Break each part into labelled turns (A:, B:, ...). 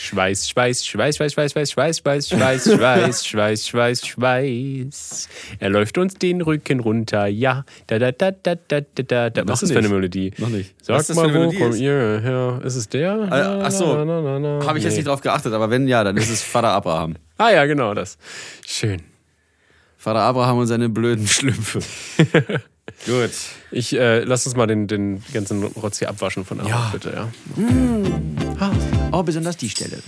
A: Schweiß, Schweiß, Schweiß, Schweiß, Schweiß, Schweiß, Schweiß, Schweiß, Schweiß, Schweiß, Schweiß, Schweiß, Schweiß. Er läuft uns den Rücken runter, ja. Da, da, da, da, da, da, da, da. Was
B: Noch
A: ist das für eine
B: nicht.
A: Melodie?
B: Noch nicht.
A: Sag
C: Was ist das
A: mal,
C: für eine
A: wo
C: Melodie
A: kommt
C: ist? Äh,
A: ihr her? Ist es der? Na,
C: ach so.
A: na, na, na, na, na.
C: Habe ich jetzt
A: Nee.
C: nicht drauf geachtet, aber wenn ja, dann ist es Vater Abraham.
A: Ah ja, genau das. Schön.
C: Vater Abraham und seine blöden Schlümpfe. Gut.
A: Ich äh, lass uns mal den, den ganzen Rotz hier abwaschen von Abend,
C: Ja.
A: bitte, ja.
C: Oh, besonders die Stelle.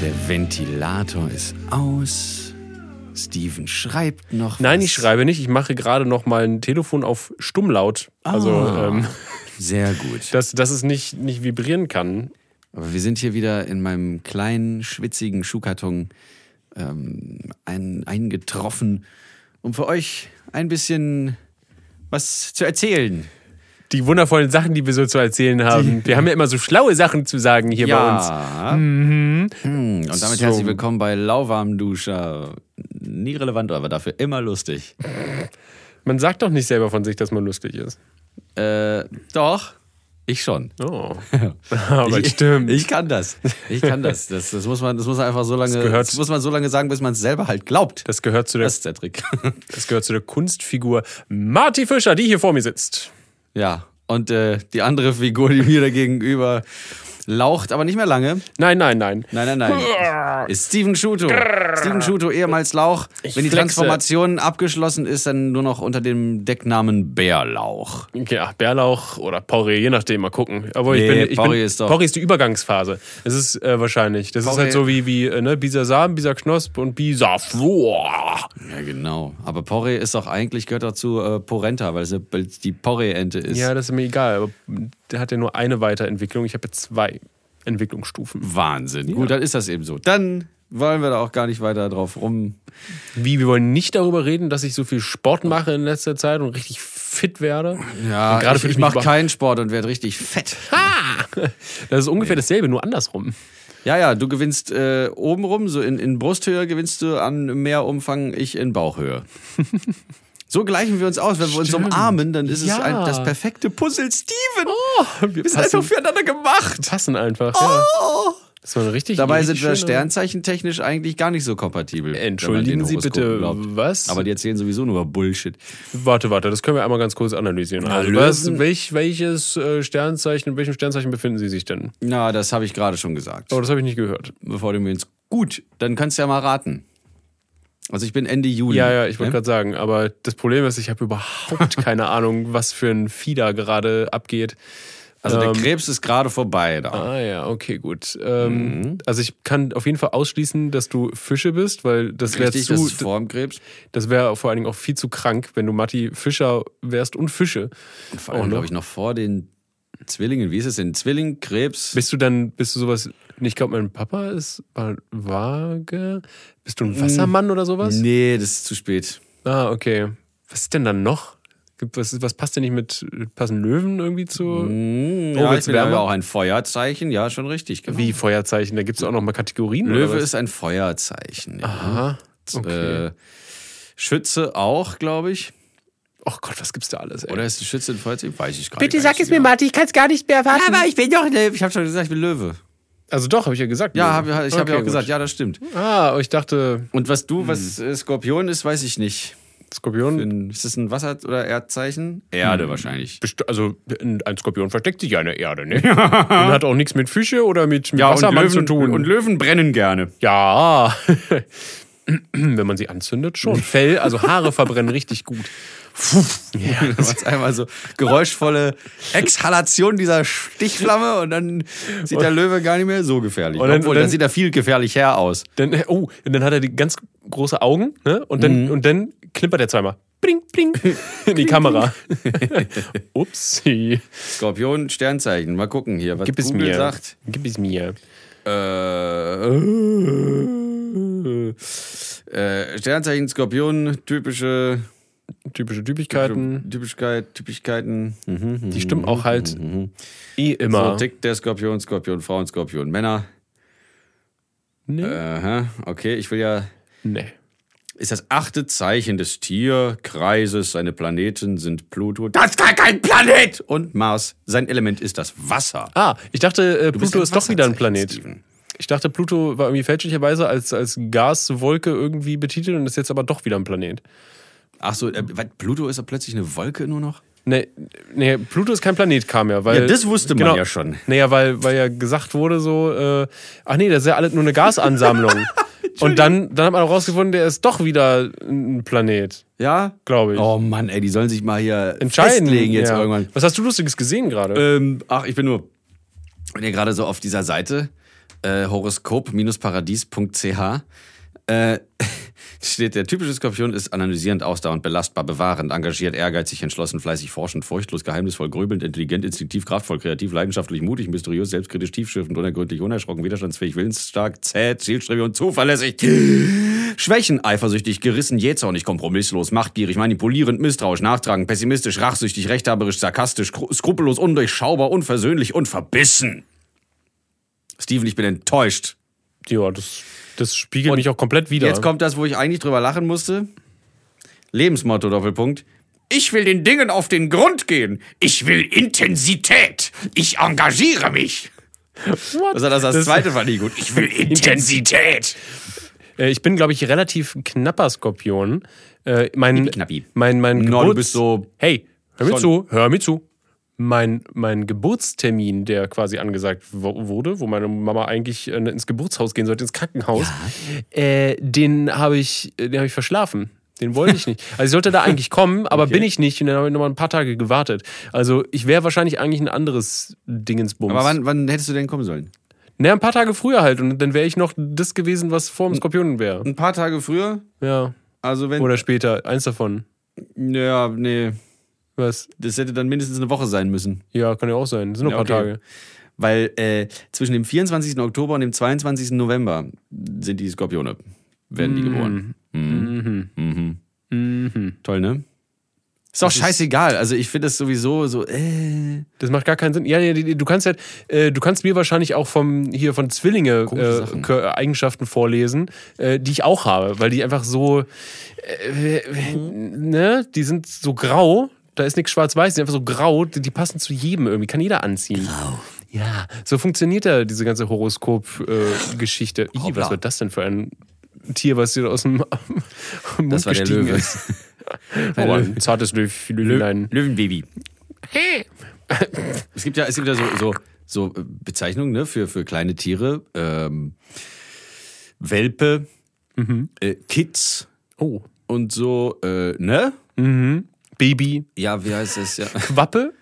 C: Der Ventilator ist aus. Steven schreibt noch.
A: Nein,
C: was.
A: ich schreibe nicht. Ich mache gerade noch mal ein Telefon auf Stummlaut. Also,
C: Ah.
A: ähm,
C: Sehr gut.
A: dass, dass es nicht, nicht vibrieren kann.
C: Aber wir sind hier wieder in meinem kleinen, schwitzigen Schuhkarton ähm, ein, eingetroffen, um für euch ein bisschen was zu erzählen.
A: Die wundervollen Sachen, die wir so zu erzählen haben. Wir haben ja immer so schlaue Sachen zu sagen hier bei uns.
C: Hm, Und damit
A: Mhm. So.
C: herzlich willkommen bei Lauwarm Duscher. Nie relevant, aber dafür immer lustig.
A: Man sagt doch nicht selber von sich, dass man lustig ist.
C: Äh, doch, ich schon.
A: Oh. Aber stimmt.
C: Ich kann das. Ich kann das. Das, das, muss, man, das muss man einfach so lange, das
A: gehört-
C: muss man so lange sagen, bis man es selber halt glaubt.
A: das gehört, zu der,
C: Das
A: das,
C: ist der Trick.
A: gehört zu der Kunstfigur Marty Fischer, die hier vor mir sitzt.
C: Ja, und äh, die andere Figur, die mir da gegenüber laucht, aber nicht mehr lange.
A: Nein, nein, nein.
C: Nein, nein, nein. Ist Steven Schuto. Steven Schuto, ehemals Lauch. Wenn die
A: flexe.
C: Transformation abgeschlossen ist, dann nur noch unter dem Decknamen Bärlauch.
A: Ja, Bärlauch oder Porree, je nachdem, mal gucken. Aber ich
C: Nee,
A: bin, ich
C: Porree
A: bin,
C: ist doch-
A: Porree ist die Übergangsphase. Es ist äh, wahrscheinlich. Das ist
C: Porree-
A: halt so wie, wie äh, ne, Bisa Samen, Bisa Knosp und Bisa Flor.
C: Ja, genau. Aber Porree ist doch eigentlich, gehört doch zu äh, Porenta, weil es eine- die Porree-Ente ist.
A: Ja, das ist mir egal. Aber der hat ja nur eine Weiterentwicklung. Ich habe ja zwei Entwicklungsstufen.
C: Wahnsinn. Gut, dann ist das eben so. Dann wollen wir da auch gar nicht weiter drauf rum.
A: Wie, wir wollen nicht darüber reden, dass ich so viel Sport mache in letzter Zeit und richtig fit werde. Und
C: Ja, ich,
A: fühle
C: ich
A: mich
C: mache
A: über-
C: keinen Sport und werde richtig fett.
A: Das ist ungefähr dasselbe, nur andersrum.
C: Ja, ja, du gewinnst äh, obenrum, so in, in Brusthöhe gewinnst du an mehr Umfang, ich in Bauchhöhe. So gleichen wir uns aus. Wenn wir uns
A: Stimmt.
C: umarmen, dann ist
A: Ja. Oh.
C: es ein, das perfekte Puzzle. Steven,
A: Wir,
C: Oh, wir sind
A: passen,
C: einfach füreinander gemacht.
A: passen einfach. Ja. Das war eine richtig
C: Dabei
A: richtig
C: sind wir
A: schöne-
C: sternzeichentechnisch eigentlich gar nicht so kompatibel. wenn man
A: Entschuldigen
C: den
A: Sie
C: Horoskopen
A: bitte,
C: glaubt.
A: was?
C: Aber die erzählen sowieso nur Bullshit.
A: Warte, warte, das können wir einmal ganz kurz analysieren. Also,
C: Löwen-
A: was, welch, welches äh, Sternzeichen, in welchem Sternzeichen befinden Sie sich denn?
C: Na, das habe ich gerade schon gesagt.
A: Oh, das habe ich nicht gehört.
C: Bevor du mir ins... Gut, dann kannst du ja mal raten. Also ich bin Ende Juli.
A: Ja, ja, ich wollte
C: Ne?
A: gerade sagen, aber das Problem ist, ich habe überhaupt keine Ahnung, was für ein Fieder gerade abgeht.
C: Also der
A: ähm,
C: Krebs ist gerade vorbei da.
A: Ah ja, okay, gut. Ähm,
D: Mhm.
A: Also ich kann auf jeden Fall ausschließen, dass du Fische bist, weil das wäre
C: Richtig, das
A: zu,
C: ist vorm Krebs.
A: das wäre vor allen Dingen auch viel zu krank, wenn du Matti Fischer wärst und Fische.
C: Vor allem,
A: Oh, ne?
C: glaube ich, noch vor den Zwillingen. Wie ist es denn? Zwilling, Krebs?
A: Bist du dann, bist du sowas, ich glaube, mein Papa ist war- Waage. Bist du ein Wassermann oder sowas?
C: Nee, das ist zu spät.
A: Ah, okay. Was ist denn dann noch? Gibt- Was, was passt denn nicht mit, passen Löwen irgendwie zu?
C: Hm,
A: Oh,
C: ja, ich
A: willst du
C: bin aber
A: Wärme?
C: auch ein Feuerzeichen. Ja, schon richtig. Genau.
A: Wie Feuerzeichen, da gibt es auch noch mal Kategorien. oder
C: Löwe
A: was?
C: ist ein Feuerzeichen. Ja.
A: Aha. Okay.
C: Äh, Schütze auch, glaube ich.
A: oh Gott, was gibt's da alles, ey?
C: Oder ist ein Schütze ein Feuerzeichen? Weiß ich gar
D: Bitte
C: nicht.
D: sag es mir, Martin, ich kann es gar nicht mehr erwarten.
C: Aber Ah, ich bin doch Löwe. Ich habe schon gesagt, ich bin Löwe.
A: Also doch, habe ich ja gesagt.
C: Ja, hab,
A: Löwe.
C: ich habe
A: Okay,
C: ja auch
A: gut.
C: gesagt, ja, das stimmt.
A: Ah, ich dachte,
C: Und was du, was äh, Skorpion ist, weiß ich nicht.
A: Skorpion.
C: Bin- Ist das ein Wasser- oder Erdzeichen? Erde wahrscheinlich.
A: best- Also ein ein Skorpion versteckt sich ja in der Erde, ne? und hat auch nichts mit Fische oder mit, mit Wassermann zu tun.
C: und Löwen brennen gerne.
A: ja. Wenn man sie anzündet, schon. Fell, also Haare verbrennen richtig gut.
C: Du machst einmal so geräuschvolle Exhalation dieser Stichflamme und dann sieht der Löwe gar nicht mehr so gefährlich.
A: Und dann-
C: Obwohl,
A: dann-
C: dann sieht er viel gefährlich her aus.
A: Dann, oh, und dann hat er die ganz große Augen, ne? Und dann, und dann klimpert er zweimal. Bring, bring. In die Kamera. Upsi.
C: Skorpion, Sternzeichen. Mal gucken hier, was
A: Gib es
C: Google
A: mir.
C: sagt.
A: Gib es mir.
C: Äh, äh, Sternzeichen, Skorpion, typische
A: Typische Typigkeiten.
C: Typischkeit, Typigkeiten. Mhm.
A: Die stimmen auch halt eh immer.
C: So tickt der Skorpion, Skorpion, Frauen, Skorpion, Männer.
A: Nee.
C: Aha, Äh, okay, ich will ja
A: Nee.
C: ist das achte Zeichen des Tierkreises. Seine Planeten sind Pluto. Das ist gar kein Planet! Und Mars. Sein Element ist das Wasser.
A: Ah, ich dachte, äh,
C: bist
A: Pluto
C: ein
A: ist doch wieder ein
C: Wasserzeichen,
A: Planet.
C: Steven.
A: Ich dachte, Pluto war irgendwie fälschlicherweise als, als Gaswolke irgendwie betitelt und ist jetzt aber doch wieder ein Planet.
C: Ach so, äh, was, Pluto ist ja plötzlich eine Wolke nur noch?
A: Nee, nee, Pluto ist kein Planet, kam ja. Weil, Genau.
C: Ja, das wusste man ja schon.
A: Naja, weil, weil ja gesagt wurde so, äh, ach nee, das ist ja alles nur eine Gasansammlung. und dann, dann hat man auch rausgefunden, der ist doch wieder ein Planet,
C: Ja?
A: glaube ich.
C: Oh Mann, ey, die sollen sich mal hier
A: Entscheiden.
C: festlegen jetzt
A: ja.
C: irgendwann.
A: Was hast du Lustiges gesehen gerade?
C: Ähm, ach, ich bin nur, wenn ihr gerade so auf dieser Seite äh, horoskop-paradies.ch äh, steht, der typische Skorpion ist analysierend, ausdauernd, belastbar, bewahrend, engagiert, ehrgeizig, entschlossen, fleißig, forschend, furchtlos, geheimnisvoll, grübelnd, intelligent, instinktiv, kraftvoll, kreativ, leidenschaftlich, mutig, mysteriös, selbstkritisch, tiefschürfend, unergründlich, unerschrocken, widerstandsfähig, willensstark, zäh, zielstrebig und zuverlässig. Schwächen, eifersüchtig, gerissen, jähzornig, kompromisslos, machtgierig, manipulierend, misstrauisch, nachtragend, pessimistisch, rachsüchtig, rechthaberisch, sarkastisch, skru- skrupellos, undurchschaubar, unversöhnlich und verbissen. Steven, ich bin enttäuscht.
A: Ja, das, das spiegelt mich auch komplett wieder.
C: Jetzt kommt das, wo ich eigentlich drüber lachen musste. Lebensmotto Doppelpunkt. Ich will den Dingen auf den Grund gehen. Ich will Intensität. Ich engagiere mich.
A: What?
C: Also das, das,
A: Das-
C: zweite fand ich gut. Ich will Intensität.
A: Äh, Ich bin, glaube ich, relativ knapper Skorpion. Äh, mein,
C: knappi.
A: mein, mein
C: Na, du
A: Geburts-
C: bist so
A: Hey, hör mir
C: schon-
A: zu, hör mir zu. Mein, mein Geburtstermin, der quasi angesagt wo- wurde, wo meine Mama eigentlich äh, ins Geburtshaus gehen sollte, ins Krankenhaus, äh, den habe ich, äh, den hab ich verschlafen. Den wollte ich nicht. Also ich sollte da eigentlich kommen, aber bin ich nicht. Und dann habe ich nochmal ein paar Tage gewartet. Also ich wäre wahrscheinlich eigentlich ein anderes Dingensbums.
C: Aber wann, wann hättest du denn kommen sollen?
A: Naja, ein paar Tage früher halt. Und dann wäre ich noch das gewesen, was vor dem Skorpion wäre.
C: Ein paar Tage früher?
A: Ja.
C: Also wenn.
A: Oder später, eins davon.
C: Ja, nee.
A: Was?
C: Das hätte dann mindestens eine Woche sein müssen.
A: Ja, kann ja auch sein. Sind noch ein
C: Ja,
A: paar
C: okay.
A: Tage.
C: Weil äh, zwischen dem 24. Oktober und dem 22. November sind die Skorpione, werden die geboren. Mhm. Mhm. Toll, ne? Ist auch scheißegal. Also ich finde das sowieso so, äh,
A: Das macht gar keinen Sinn. Ja, ja, die- die- du kannst halt, äh, du kannst mir wahrscheinlich auch vom hier von Zwillinge
C: Komische
A: äh,
C: Sachen.
A: Kö- Eigenschaften vorlesen, äh, die ich auch habe, weil die einfach so, äh, äh, ne, die sind so grau. Da ist nichts schwarz-weiß, die sind einfach so grau, die die passen zu jedem irgendwie, kann jeder anziehen. Grau. Ja, so funktioniert da diese ganze Horoskop-Geschichte. Ih, was
C: Hoppla.
A: war das denn für ein Tier, was dir aus dem Mund
C: das war der
A: gestiegen
C: Löwe.
A: ist? Oh, ein zartes Löw Löwlein.
C: Löwenbaby. es gibt ja, es gibt ja so, so, so Bezeichnungen ne, für, für kleine Tiere. Ähm, Welpe, äh, Kids
A: Oh,
C: und so, äh, ne?
A: Baby.
C: Ja, wie heißt das? Ja.
A: Quappe?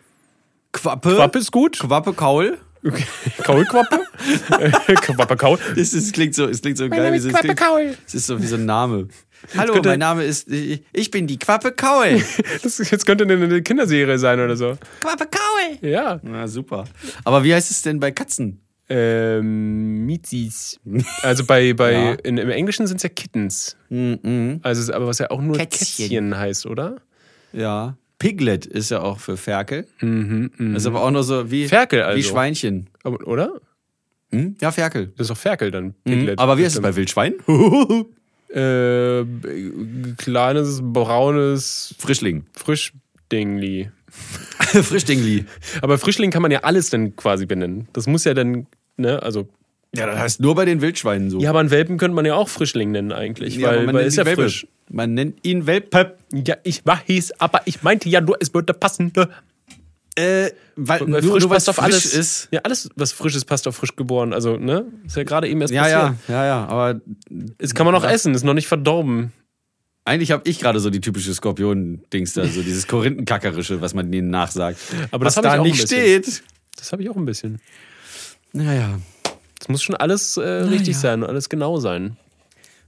C: Quappe.
A: Quappe ist gut.
C: Quappe Kaul.
A: Kaulquappe? Äh, Quappe Kaul.
C: Es, ist- klingt so, es klingt so geil.
D: Name
C: wie
D: ist
C: so- es
D: Quappe
C: klingt-
D: Kaul.
C: Es ist so wie so ein Name. Hallo,
A: könnte-
C: mein Name ist. Ich ich bin die Quappe Kaul.
A: Das ist, jetzt könnte eine, eine Kinderserie sein oder so.
D: Quappe Kaul.
A: Ja.
C: Na super. Aber wie heißt es denn bei Katzen?
A: Ähm, Mizis. Also bei, bei
C: Ja.
A: in, im Englischen sind es ja Kittens. Also, es- aber was ja auch nur Kätzchen,
D: Kätzchen.
A: heißt, oder?
C: Ja. Mhm, Piglet ist ja auch für Ferkel. Das ist aber auch nur so wie,
A: Ferkel also.
C: wie Schweinchen.
A: Aber- Oder?
C: Hm? Ja, Ferkel.
A: Das ist doch Ferkel dann.
C: Mhm. Aber wie heißt es bei Wildschwein?
A: Äh, b- kleines, braunes
C: Frischling.
A: Frischdingli.
C: Frischlingli.
A: Aber Frischling kann man ja alles dann quasi benennen. Das muss ja dann, ne, also.
C: Ja, das heißt nur bei den Wildschweinen so.
A: Ja, aber einen Welpen könnte man ja auch Frischling nennen eigentlich,
C: Nee, aber
A: weil, weil
C: nennt
A: ist
C: ihn
A: ja
C: Welpe.
A: frisch.
C: Man nennt ihn Welpe.
A: Ja, ich weiß, aber ich meinte ja nur, es würde passen. ne?
C: Äh, weil,
A: Weil
C: nur,
A: frisch
C: nur was
A: passt auf
C: frisch
A: alles.
C: ist.
A: Ja, alles, was frisch ist, passt auf frisch geboren. Also, ne? Ist ja gerade eben erst
C: Ja,
A: passiert.
C: ja, ja, ja. Aber
A: Das kann man noch essen, ist noch nicht verdorben.
C: Eigentlich habe ich gerade so die typische Skorpion-Dings da, so dieses Korinthenkackerische, was man ihnen nachsagt.
A: Aber
C: was
A: das hab ich
C: da
A: auch ein
C: nicht
A: bisschen.
C: steht.
A: Das habe ich auch ein bisschen.
C: Naja.
A: Es muss schon alles äh, richtig sein und alles genau sein.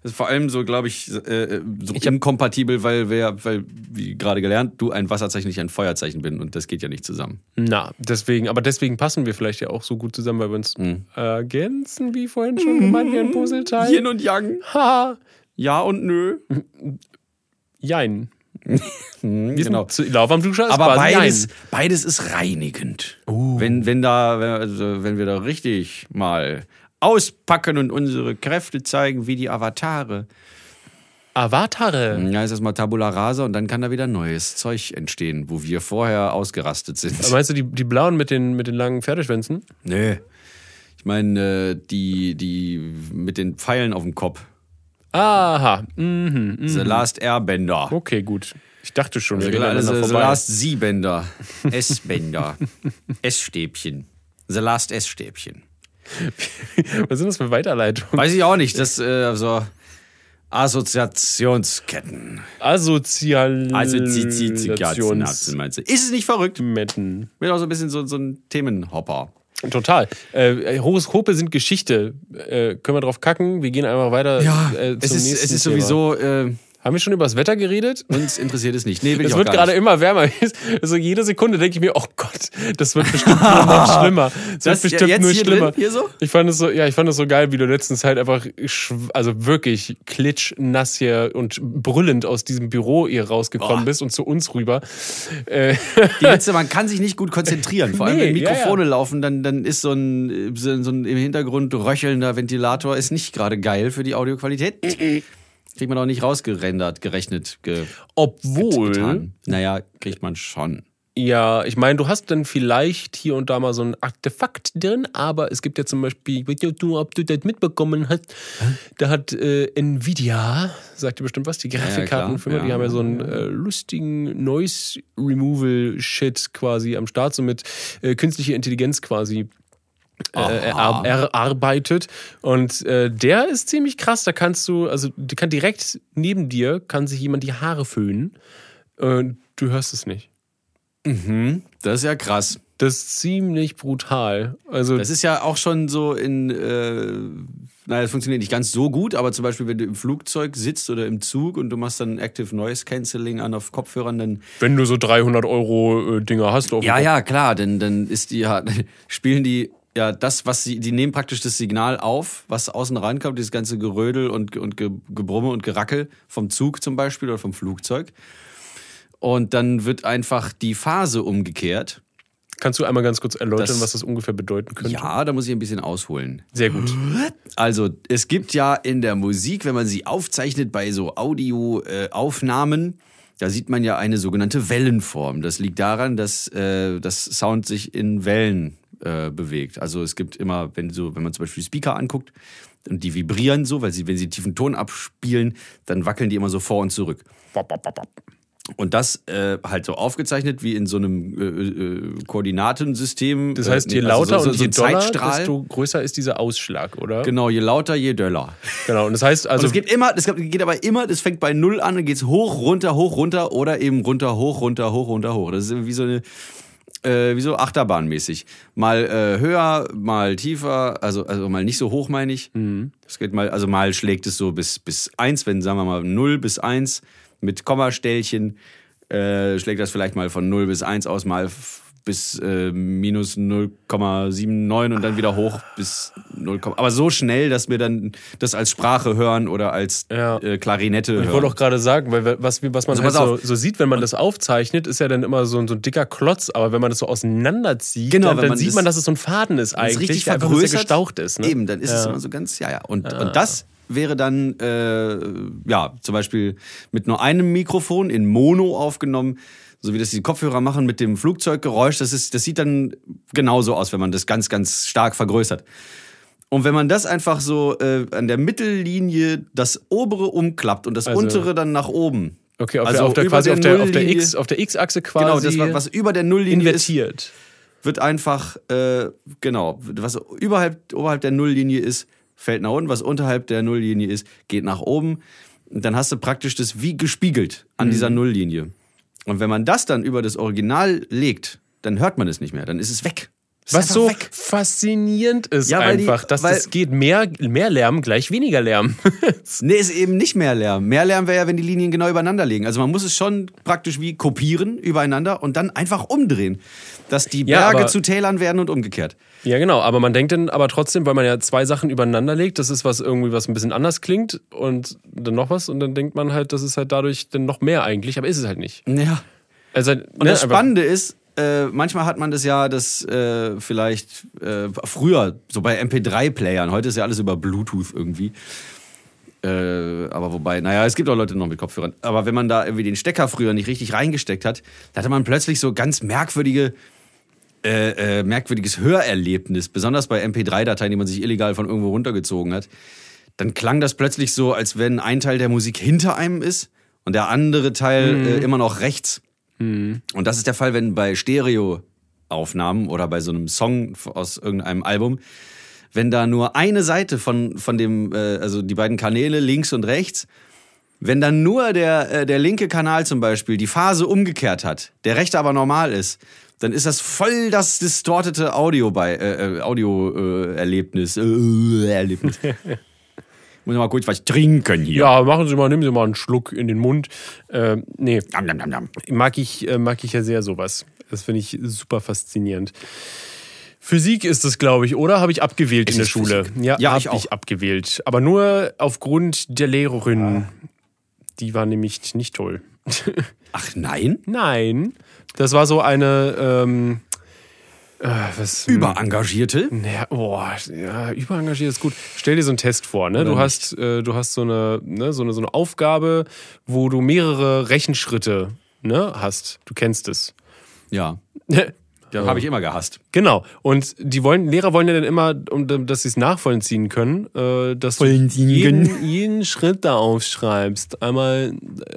C: Das ist vor allem so, glaube ich, äh, so inkompatibel, weil wir, weil, wie gerade gelernt, du ein Wasserzeichen, ich ein Feuerzeichen bin und das geht ja nicht zusammen.
A: Na, deswegen, aber deswegen passen wir vielleicht ja auch so gut zusammen, weil wir uns
C: Mhm.
A: äh, ergänzen, wie vorhin schon gemeint, wie ein Puzzleteil.
C: Yin und Yang,
A: Haha.
C: ja und nö.
A: Mhm, Jein.
C: genau.
A: Zu- Lauf am Duscher ist
C: Aber
A: quasi Uh.
C: beides,
A: Jein.
C: beides ist reinigend. Wenn, wenn, da, wenn, also, wenn wir da richtig mal auspacken und unsere Kräfte zeigen wie die Avatare,
A: Avatare.
C: Ja, ist erstmal Tabula Rasa und dann kann da wieder neues Zeug entstehen, wo wir vorher ausgerastet sind.
A: Aber Meinst du die, die blauen mit den, mit den langen Pferdeschwänzen?
C: Nö. Ich meine, äh, die, die mit den Pfeilen auf dem Kopf.
A: Aha. Mhm. mhm.
C: The Last Airbender.
A: Okay, gut. Ich dachte schon, wir
C: The,
A: gehen aneinander
C: the, the
A: vorbei.
C: Last Z-Bender. S-Bender. S-Stäbchen. The Last S-Stäbchen.
A: Was sind das für Weiterleitungen?
C: Weiß ich auch nicht. Das äh, so Assoziationsketten. Also
A: Asozial.
C: Assoziationsketten. meinst du? Ist es nicht verrückt?
A: Mitten.
C: Bin auch so ein bisschen so, so ein Themenhopper.
A: Total. Äh, Horoskope sind Geschichte. Äh, können wir drauf kacken? Wir gehen einfach weiter. äh, zum
C: es ist,
A: nächsten
C: es ist
A: Thema.
C: sowieso. Äh,
A: Haben wir schon über das Wetter geredet?
C: uns interessiert es nicht. Nee, will ich
A: Es
C: auch
A: wird
C: gar
A: gerade
C: nicht.
A: immer wärmer. Also jede Sekunde denke ich mir, oh Gott, das wird bestimmt nur noch schlimmer. Das,
C: Das
A: wird bestimmt
C: jetzt
A: nur
C: hier
A: schlimmer.
C: drin? Hier so?
A: Ich fand es so, ja, ich fand es so geil, wie du letztens halt einfach, schw- also wirklich klitschnass hier und brüllend aus diesem Büro ihr rausgekommen
C: Boah.
A: bist und zu uns rüber. Äh,
C: Die Witze, man kann sich nicht gut konzentrieren. Vor allem,
A: Nee,
C: wenn Mikrofone
A: ja,
C: laufen, dann, dann ist so ein, so ein so ein im Hintergrund röchelnder Ventilator ist nicht gerade geil für die Audioqualität. Kriegt man auch nicht rausgerendert, gerechnet, ge
A: obwohl,
C: getan. Naja, kriegt man schon.
A: ja, ich meine, du hast dann vielleicht hier und da mal so ein Artefakt drin, aber es gibt ja zum Beispiel, ich weiß nicht, ob du- ob du das mitbekommen hast, da hat äh, Nvidia, sagt dir bestimmt was, die Grafikkartenfirma,
C: klar,
A: die
C: ja,
A: haben ja so
C: ja,
A: einen
C: ja.
A: äh, lustigen Noise Removal Shit quasi am Start, so mit äh, künstlicher Intelligenz quasi äh,
C: Aha.
A: er, erarbeitet. Und äh, der ist ziemlich krass. Da kannst du, also die kann direkt neben dir, kann sich jemand die Haare föhnen. Äh, du hörst es nicht.
C: Das ist ja krass.
A: Das ist ziemlich brutal. Also,
C: Das ist ja auch schon so in, äh, naja, das funktioniert nicht ganz so gut, aber zum Beispiel, wenn du im Flugzeug sitzt oder im Zug und du machst dann Active Noise Cancelling an auf Kopfhörern, dann
A: wenn du so 300 Euro äh, Dinger hast, auf dem
C: Ja,
A: Kopf.
C: ja, klar, denn dann ist die ja, spielen die ja das, was sie, die nehmen praktisch das Signal auf, was außen rankommt, dieses ganze Gerödel und, und Ge- Gebrumme und Gerackel vom Zug zum Beispiel oder vom Flugzeug. Und dann wird einfach die Phase umgekehrt.
A: kannst du einmal ganz kurz erläutern,
C: Das-
A: was das ungefähr bedeuten könnte?
C: Ja, da muss ich ein bisschen ausholen.
A: Sehr gut.
C: Also, es gibt ja in der Musik, wenn man sie aufzeichnet bei so Audioaufnahmen, da sieht man ja eine sogenannte Wellenform. Das liegt daran, dass äh, das Sound sich in Wellen äh, bewegt. Also es gibt immer, wenn so, wenn man zum Beispiel Speaker anguckt und die vibrieren so, weil sie, wenn sie tiefen Ton abspielen, dann wackeln die immer so vor und zurück. Und das äh, halt so aufgezeichnet wie in so einem äh, äh, Koordinatensystem.
A: Das heißt,
C: Äh,
A: je
C: nee, also
A: lauter
C: so, so,
A: und
C: so
A: je
C: ein
A: doller,
C: Zeitstrahl.
A: desto größer ist dieser Ausschlag, oder?
C: Genau, je lauter, je döller.
A: Genau. Und das heißt also,
C: Also es geht immer, es geht aber immer, das fängt bei Null an und geht's hoch, runter, hoch, runter oder eben runter, hoch, runter, hoch, runter, hoch. Das ist irgendwie so eine, äh, wie so Achterbahnmäßig. Mal äh, höher, mal tiefer, also, also mal nicht so hoch, meine ich.
A: Mhm.
C: Es geht mal, also mal schlägt es so bis, bis eins, wenn sagen wir mal null bis eins mit Kommastellchen, äh, schlägt das vielleicht mal von null bis eins aus, mal f- bis äh, minus 0,79 und dann wieder hoch bis 0, aber so schnell, dass wir dann das als Sprache hören oder als
A: Ja.
C: äh, Klarinette
A: Ich wollte
C: hören.
A: auch gerade sagen, weil wir- was, wir- was man
C: Also
A: halt
C: pass
A: so,
C: auf.
A: so sieht, wenn man das aufzeichnet, ist ja dann immer so, ein- so ein dicker Klotz, aber wenn man das so auseinanderzieht,
C: Genau,
A: dann,
C: wenn
A: dann
C: man
A: sieht
C: das-
A: man, dass es so ein Faden ist
C: Wenn's
A: eigentlich,
C: richtig
A: einfach nur
C: vergrößert,
A: sehr gestaucht ist. Ne?
C: Eben, dann ist es immer so ganz, ja, ja. Und, und das wäre dann, äh, ja, zum Beispiel mit nur einem Mikrofon in Mono aufgenommen, so wie das die Kopfhörer machen mit dem Flugzeuggeräusch. Das, ist, das sieht dann genauso aus, wenn man das ganz, ganz stark vergrößert. Und wenn man das einfach so äh, an der Mittellinie das obere umklappt und das
A: Also-
C: untere dann nach oben.
A: Okay, auf
C: Also
A: der, auf der,
C: über
A: quasi auf der, auf der
C: Nulllinie-
A: X- auf der X-Achse
C: Genau,
A: quasi
C: das, was was über der Nulllinie ist,
A: invertiert.
C: wird einfach, äh, genau, was überhalb, oberhalb der Nulllinie ist, fällt nach unten, was unterhalb der Nulllinie ist, geht nach oben. Und dann hast du praktisch das wie gespiegelt an dieser
A: Mhm.
C: Nulllinie. Und wenn man das dann über das Original legt, dann hört man es nicht mehr, dann ist es weg. Es ist
A: Was
C: einfach
A: so
C: weg.
A: faszinierend ist
C: Ja, weil die-
A: einfach, dass
C: weil-
A: das geht. Mehr, mehr Lärm gleich weniger Lärm.
C: Nee, ist eben nicht mehr Lärm. Mehr Lärm wäre ja, wenn die Linien genau übereinander liegen. Also man muss es schon praktisch wie kopieren übereinander und dann einfach umdrehen, dass die
A: Ja,
C: Berge
A: aber-
C: zu Tälern werden und umgekehrt.
A: Ja, genau, aber man denkt dann aber trotzdem, weil man ja zwei Sachen übereinander legt, das ist was irgendwie, was ein bisschen anders klingt und dann noch was und dann denkt man halt, das ist halt dadurch dann noch mehr eigentlich, aber ist es halt nicht.
C: Ja.
A: Also, und
C: Und das Spannende ist, äh, manchmal hat man das ja, das äh, vielleicht äh, früher, so bei MP3-Playern, heute ist ja alles über Bluetooth irgendwie. Äh, aber wobei, naja, es gibt auch Leute noch mit Kopfhörern. Aber wenn man da irgendwie den Stecker früher nicht richtig reingesteckt hat, da hatte man plötzlich so ganz merkwürdige, äh, äh, merkwürdiges Hörerlebnis, besonders bei MP3-Dateien, die man sich illegal von irgendwo runtergezogen hat. Dann klang das plötzlich so, als wenn ein Teil der Musik hinter einem ist und der andere Teil äh, immer noch rechts. Und das ist der Fall, wenn bei Stereoaufnahmen oder bei so einem Song aus irgendeinem Album, wenn da nur eine Seite von, von dem, äh, also die beiden Kanäle links und rechts, wenn dann nur der, äh, der linke Kanal zum Beispiel die Phase umgekehrt hat, der rechte aber normal ist, dann ist das voll das distortete Audio bei äh, äh, Audio äh, Erlebnis. Äh, Erlebnis. Muss ich mal kurz was trinken hier.
A: Ja, machen Sie mal, nehmen Sie mal einen Schluck in den Mund. Äh, nee,
C: Nam, nam, nam, nam.
A: mag ich, äh, mag ich ja sehr sowas. Das finde ich super faszinierend. Physik ist es, glaube ich, oder? Habe ich abgewählt in der
C: ist
A: Schule.
C: Physik.
A: Ja,
C: Ja,
A: habe
C: ich auch.
A: abgewählt. Aber nur aufgrund der Lehrerin. Die war nämlich nicht toll.
C: Ach nein?
A: Nein, das war so eine. Ähm, äh, was,
C: Überengagierte?
A: naja, boah, ja, überengagiert ist gut. Stell dir so einen Test vor, ne? Du hast, äh, du hast so eine, ne, so eine, so eine Aufgabe, wo du mehrere Rechenschritte, ne, hast. Du kennst es.
C: Ja. ja. Habe ich immer gehasst.
A: Genau. Und die wollen, Lehrer wollen ja dann immer, um, dass sie es nachvollziehen können, äh, dass du jeden, jeden Schritt da aufschreibst. Einmal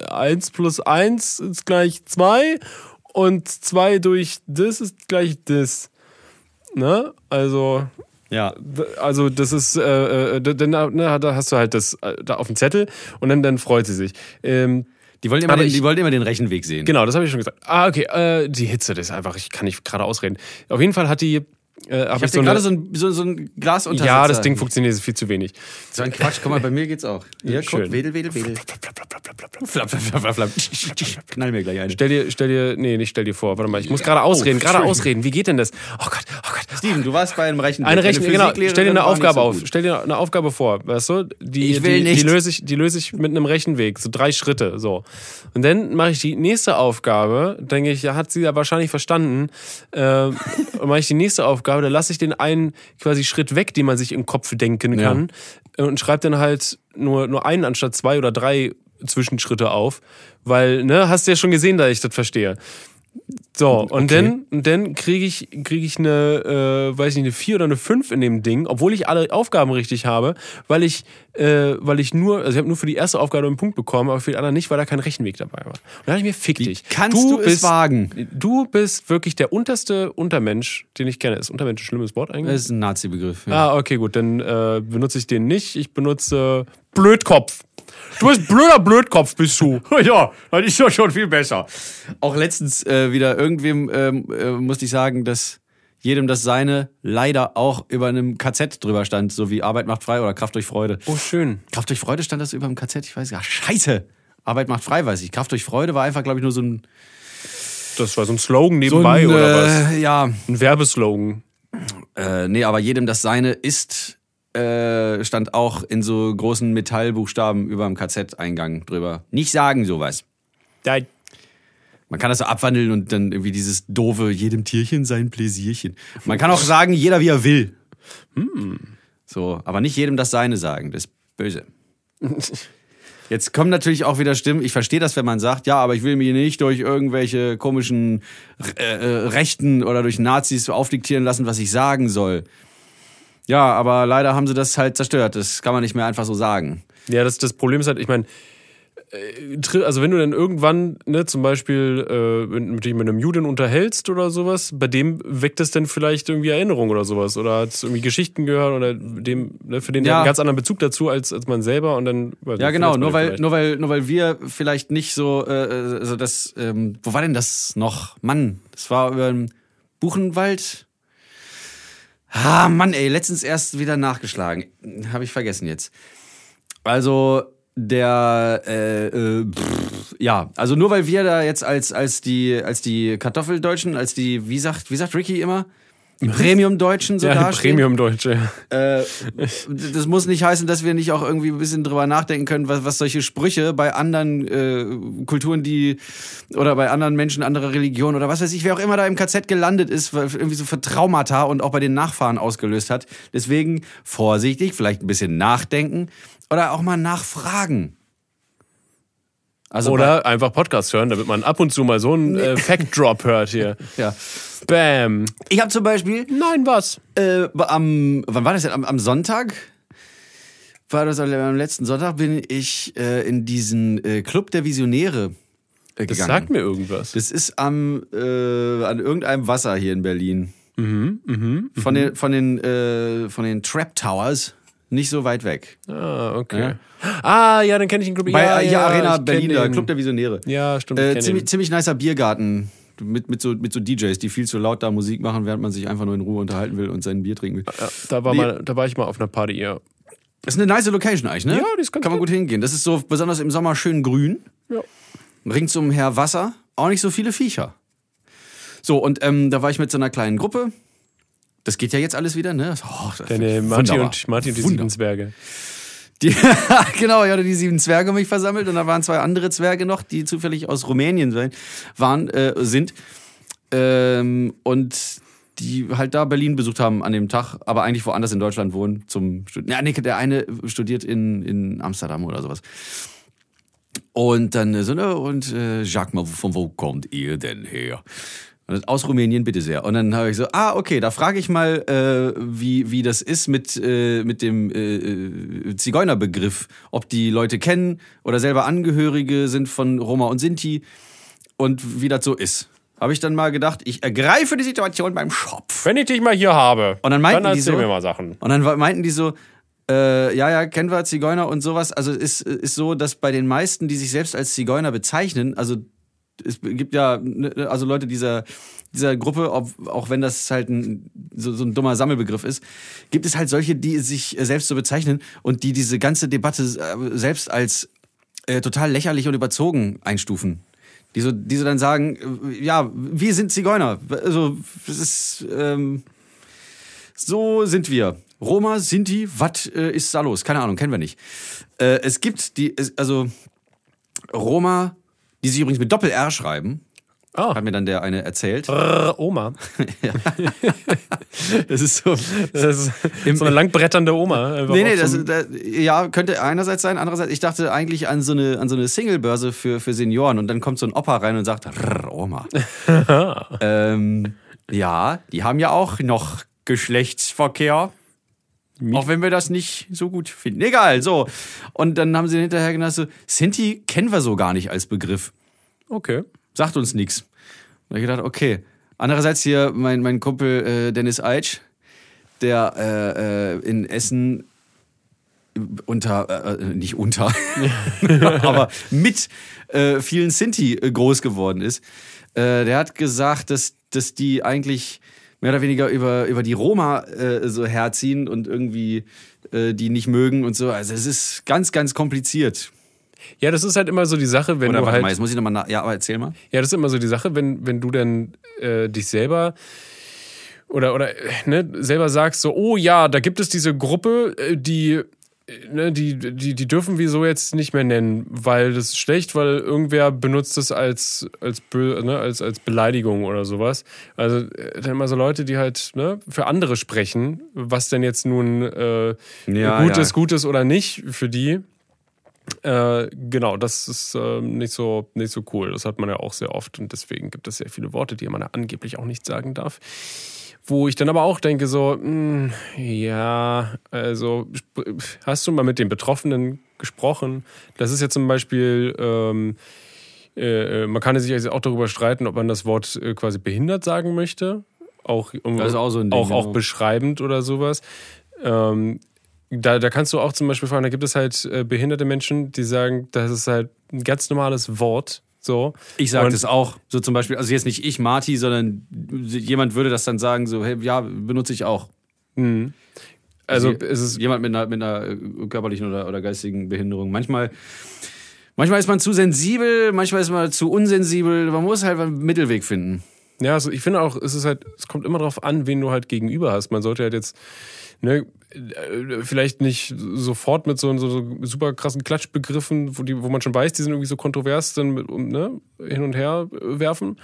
A: 1 plus 1 ist gleich 2 und 2 durch das ist gleich das. Ne? Also,
C: Ja.
A: also das ist, äh, äh, dann ne, da hast du halt das äh, da auf dem Zettel und dann, dann freut sie sich. Ähm,
C: Die wollen immer,
A: Aber
C: den,
A: ich-
C: die wollen immer den Rechenweg sehen.
A: Genau, das habe ich schon gesagt. Ah, okay, äh, die Hitze, das ist einfach, ich kann nicht gerade ausreden. Auf jeden Fall hat die, äh, hab
C: Ich
A: ich,
C: hab
A: so
C: dir
A: eine,
C: gerade so ein, so, so ein Glas unter
A: ja, das Ding funktioniert viel zu wenig.
C: So ein Quatsch, guck mal, bei mir geht's auch. Ja, guck,
A: Schön.
C: wedel, wedel, wedel. Flap, flap, flap, flap, flap. Knall mir gleich eine.
A: Stell dir, stell dir, nee, nicht stell dir vor, warte mal, ich muss gerade ausreden, gerade
C: Oh, Entschuldigung.
A: ausreden. Wie geht denn das? Oh Gott, oh Gott.
C: Steven, du warst bei einem Rechenweg.
A: Eine
C: Deine
A: Rechnung, genau.
C: Physiklehrerin
A: Stell dir eine
C: war nicht
A: Aufgabe
C: so
A: auf.
C: gut.
A: Stell dir eine Aufgabe vor, weißt du? Die,
C: Ich will
A: die,
C: nicht.
A: die löse ich, die löse ich mit einem Rechenweg, so drei Schritte, so. Und dann mache ich die nächste Aufgabe, denke ich, ja, hat sie ja wahrscheinlich verstanden. Ähm, und mache ich die nächste Aufgabe, da lasse ich den einen quasi Schritt weg, den man sich im Kopf denken
C: Ja.
A: kann äh, und schreibe dann halt nur, nur einen anstatt zwei oder drei Zwischenschritte auf, weil, ne, hast du ja schon gesehen, da ich das verstehe. So, und dann, und dann kriege ich, krieg ich eine, äh, weiß nicht, eine 4 oder eine 5 in dem Ding, obwohl ich alle Aufgaben richtig habe, weil ich, äh, weil ich nur, also ich habe nur für die erste Aufgabe einen Punkt bekommen, aber für die anderen nicht, weil da kein Rechenweg dabei war. Und dann dachte ich mir, fick dich.
C: kannst du es wagen?
A: Du bist wirklich der unterste Untermensch, den ich kenne. Ist Untermensch ein schlimmes Wort eigentlich?
C: Das ist ein Nazi-Begriff. Ja.
A: Ah, okay, gut, dann äh, benutze ich den nicht. Ich benutze Blödkopf. Du bist blöder Blödkopf, bist du.
C: Ja, das ist ja schon viel besser. Auch letztens äh, wieder irgendwem ähm, äh, musste ich sagen, dass jedem das Seine leider auch über einem KZ drüber stand, so wie Arbeit macht frei oder Kraft durch Freude.
A: Oh, schön.
C: Kraft durch Freude stand das über dem KZ, ich weiß gar nicht. Scheiße! Arbeit macht frei, weiß ich. Kraft durch Freude war einfach, glaube ich, nur so ein.
A: Das war so ein Slogan
C: So
A: nebenbei,
C: ein,
A: oder was?
C: Äh, ja.
A: Ein Werbeslogan.
C: Äh, nee, aber jedem das Seine ist, äh, stand auch in so großen Metallbuchstaben über dem KZ-Eingang drüber. Nicht sagen sowas.
A: Da,
C: Man kann das so abwandeln und dann irgendwie dieses doofe, jedem Tierchen sein Pläsierchen. Man kann auch sagen, jeder wie er will.
A: Hm.
C: So, aber nicht jedem das Seine sagen, das ist böse. Jetzt kommen natürlich auch wieder Stimmen. Ich verstehe das, wenn man sagt, ja, aber ich will mir nicht durch irgendwelche komischen äh, äh, Rechten oder durch Nazis aufdiktieren lassen, was ich sagen soll. Ja, aber leider haben sie das halt zerstört. Das kann man nicht mehr einfach so sagen.
A: ja, das, das Problem ist halt, ich meine, äh, tri- also wenn du dann irgendwann, ne, zum Beispiel äh, wenn du dich mit einem Juden unterhältst oder sowas, bei dem weckt es dann vielleicht irgendwie Erinnerung oder sowas. Oder hat irgendwie Geschichten gehört oder dem, ne, für den der
C: Ja.
A: hat einen ganz anderen Bezug dazu als, als man selber und dann. weiß
C: Ja,
A: nicht,
C: genau.
A: verletzt man
C: Nur
A: den
C: weil,
A: vielleicht.
C: nur, weil, nur weil wir vielleicht nicht so, äh, äh, also das, ähm, wo war denn das noch? Mann, das war über den Buchenwald. Ah, Mann, ey, letztens erst wieder nachgeschlagen. Habe ich vergessen jetzt. Also, der, äh, äh, pff, ja, also nur weil wir da jetzt als, als die, als die Kartoffeldeutschen, als die, wie sagt, wie sagt Ricky immer? Premium-Deutschen so
A: Ja,
C: dastehen.
A: Premium-Deutsche.
C: Äh, das muss nicht heißen, dass wir nicht auch irgendwie ein bisschen drüber nachdenken können, was, was solche Sprüche bei anderen äh, Kulturen, die oder bei anderen Menschen anderer Religion oder was weiß ich, wer auch immer da im KZ gelandet ist, weil irgendwie so für Traumata und auch bei den Nachfahren ausgelöst hat. Deswegen vorsichtig, vielleicht ein bisschen nachdenken oder auch mal nachfragen. Also
A: Oder einfach Podcast hören, damit man ab und zu mal so einen äh, Fact-Drop hört hier.
C: bei, ja.
A: Bam.
C: Ich habe zum Beispiel
A: Nein, was?
C: äh, am, wann war das denn? Am, am Sonntag? War das am letzten Sonntag? Bin ich äh, in diesen äh, Club der Visionäre äh,
A: Das
C: gegangen.
A: sagt mir irgendwas.
C: das ist am äh, an irgendeinem Wasser hier in Berlin.
A: Mhm,
C: von den von den äh, von den Trap Towers nicht so weit weg.
A: ah, okay. Ah, ja, dann kenne ich den Club.
C: Bei
A: ja,
C: äh, hier
A: ja, ich
C: Arena
A: kenn
C: Berliner
A: den.
C: Club der Visionäre.
A: Ja, stimmt.
C: Äh,
A: ich kenn
C: ziemlich,
A: ihn.
C: ziemlich nicer Biergarten mit, mit, so, mit so DJs, die viel zu laut da Musik machen, während man sich einfach nur in Ruhe unterhalten will und sein Bier trinken will.
A: ja, da, war
C: Nee.
A: mal, da war ich mal auf einer Party, ja.
C: Das ist eine nice Location eigentlich, ne?
A: Ja, die ist ganz
C: Kann man
A: nett.
C: gut hingehen. Das ist so besonders im Sommer schön grün.
A: Ja.
C: Ringsumher Wasser, auch nicht so viele Viecher. So, und ähm, da war ich mit so einer kleinen Gruppe. Das geht ja jetzt alles wieder, ne? Oh, das-
A: Deine äh, Martin
C: wunderbar.
A: und, Martin und die
C: Wunder-
A: sieben Zwerge.
C: die, genau, ich hatte die sieben Zwerge um mich versammelt und da waren zwei andere Zwerge noch, die zufällig aus Rumänien sein, waren, äh, sind. Ähm, und die halt da Berlin besucht haben an dem Tag, aber eigentlich woanders in Deutschland wohnen zum Studieren. Ja, nee, der eine studiert in, in Amsterdam oder sowas. Und dann äh, so, ne, und äh, sag mal, von wo kommt ihr denn her? Und dann, aus Rumänien, bitte sehr. Und dann habe ich so, ah, okay, da frage ich mal, äh, wie, wie das ist mit, äh, mit dem äh, äh, Zigeunerbegriff. Ob die Leute kennen oder selber Angehörige sind von Roma und Sinti und wie das so ist. Habe ich dann mal gedacht, ich ergreife die Situation beim Schopf.
A: Wenn ich dich mal hier habe,
C: Und dann meinten die
A: erzähl
C: so-
A: mir mal Sachen.
C: Und dann wa- meinten die so, äh, ja, ja, kennen wir Zigeuner und sowas. Also es ist, ist so, dass bei den meisten, die sich selbst als Zigeuner bezeichnen, also es gibt ja ne, also Leute dieser, dieser Gruppe, ob, auch wenn das halt ein, so, so ein dummer Sammelbegriff ist, gibt es halt solche, die sich äh, selbst so bezeichnen und die diese ganze Debatte äh, selbst als äh, total lächerlich und überzogen einstufen. Die so, die so dann sagen, äh, ja, wir sind Zigeuner. Also, das ist, ähm, so sind wir. Roma, Sinti, was äh, ist da los? Keine Ahnung, kennen wir nicht. Äh, es gibt die, es- also Roma, die sich übrigens mit Doppel-R schreiben,
A: Ah,
C: hat mir dann der eine erzählt.
A: Brrr, Oma.
C: Das ist so.
A: Das ist so eine langbretternde Oma. äh, einfach
C: Nee, nee,
A: auf so
C: das,
A: einem-
C: da- ja, könnte einerseits sein, andererseits, ich dachte eigentlich an so eine, an so eine Single-Börse für, für Senioren und dann kommt so ein Opa rein und sagt, "Rrr, Oma. ähm, ja, die haben ja auch noch Geschlechtsverkehr. Auch wenn wir das nicht so gut finden. Egal, so. Und dann haben sie hinterher genannt, so, Sinti kennen wir so gar nicht als Begriff
A: okay.
C: sagt uns nichts. Und hab ich gedacht, okay. Andererseits hier mein, mein Kumpel äh, Dennis Eitsch, der äh, äh, in Essen unter, äh, äh, nicht unter, aber mit äh, vielen Sinti äh, groß geworden ist, äh, der hat gesagt, dass, dass die eigentlich mehr oder weniger über, über die Roma äh, so herziehen und irgendwie äh, die nicht mögen und so. Also es ist ganz, ganz kompliziert.
A: Ja, das ist halt immer so die Sache, wenn
C: Oder
A: du
C: warte
A: halt.
C: mal, jetzt muss ich nochmal nach... Ja, aber erzähl mal.
A: Ja, das ist immer so die Sache, wenn, wenn du dann äh, dich selber oder, oder äh, ne, selber sagst so, oh ja, da gibt es diese Gruppe, äh, die, äh, ne, die, die, die dürfen wir so jetzt nicht mehr nennen, weil das ist schlecht, weil irgendwer benutzt es als, als, bö- ne, als, als Beleidigung oder sowas. Also äh, dann immer so Leute, die halt ne, für andere sprechen, was denn jetzt nun äh,
C: Ja,
A: gut
C: ja.
A: ist, gut ist oder nicht für die. Äh, genau, das ist ähm, nicht, so, nicht so cool. Das hat man ja auch sehr oft und deswegen gibt es sehr viele Worte, die man ja angeblich auch nicht sagen darf. Wo ich dann aber auch denke, so, mh, ja, also sp- hast du mal mit den Betroffenen gesprochen? Das ist ja zum Beispiel, ähm, äh, äh, man kann ja sich also auch darüber streiten, ob man das Wort äh, quasi behindert sagen möchte. Auch, um,
C: Das ist auch so ein Ding,
A: auch, auch
C: genau.
A: beschreibend oder sowas. Ähm, da, da kannst du auch zum Beispiel fragen, da gibt es halt äh, behinderte Menschen, die sagen, das ist halt ein ganz normales Wort. So.
C: Ich sage
A: Und-
C: das auch. So zum Beispiel, also jetzt nicht ich, Marty, sondern jemand würde das dann sagen, so, hey, ja, benutze ich auch.
A: Also es ist
C: jemand mit einer, mit einer äh, körperlichen oder, oder geistigen Behinderung. Manchmal, manchmal ist man zu sensibel, manchmal ist man zu unsensibel. Man muss halt einen Mittelweg finden.
A: Ja, also ich finde auch, es ist halt, es kommt immer darauf an, wen du halt gegenüber hast. Man sollte halt jetzt, ne, äh, vielleicht nicht sofort mit so, so, so super krassen Klatschbegriffen, wo, die, wo man schon weiß, die sind irgendwie so kontrovers, dann mit, um, ne, hin und her äh, werfen.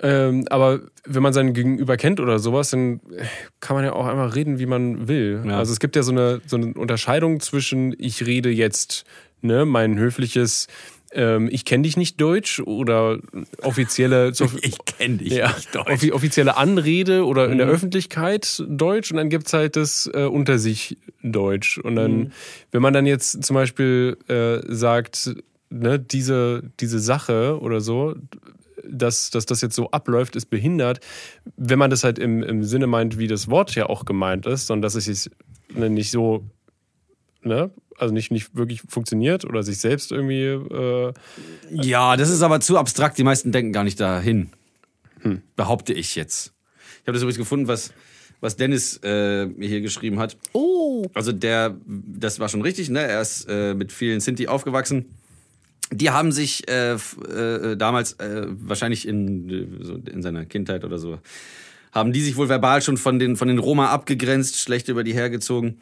A: Ähm, aber wenn man seinen Gegenüber kennt oder sowas, dann äh, kann man ja auch einmal reden, wie man will.
C: Ja.
A: Also es gibt ja so eine, so eine Unterscheidung zwischen ich rede jetzt, ne, mein höfliches, ähm, ich kenne dich nicht Deutsch oder offizielle zur,
C: Ich kenne dich
A: ja,
C: nicht, Deutsch. Mhm.
A: offi- offizielle Anrede oder in der Öffentlichkeit Deutsch und dann gibt es halt das äh, unter sich Deutsch. Und dann,
C: Mhm.
A: wenn man dann jetzt zum Beispiel äh, sagt, ne, diese, diese Sache oder so, dass, dass das jetzt so abläuft, ist behindert, wenn man das halt im, im Sinne meint, wie das Wort ja auch gemeint ist, sondern dass es sich ne, nicht so, ne, also nicht, nicht wirklich funktioniert oder sich selbst irgendwie äh,
C: Ja, das ist aber zu abstrakt. Die meisten denken gar nicht dahin. Behaupte ich jetzt. Ich habe das übrigens gefunden, was, was Dennis äh, mir hier geschrieben hat. Oh. Also der, das war schon richtig, ne? Er ist äh, mit vielen Sinti aufgewachsen. Die haben sich äh, f- äh, damals, äh, wahrscheinlich in, äh, so in seiner Kindheit oder so, haben die sich wohl verbal schon von den, von den Roma abgegrenzt, schlecht über die hergezogen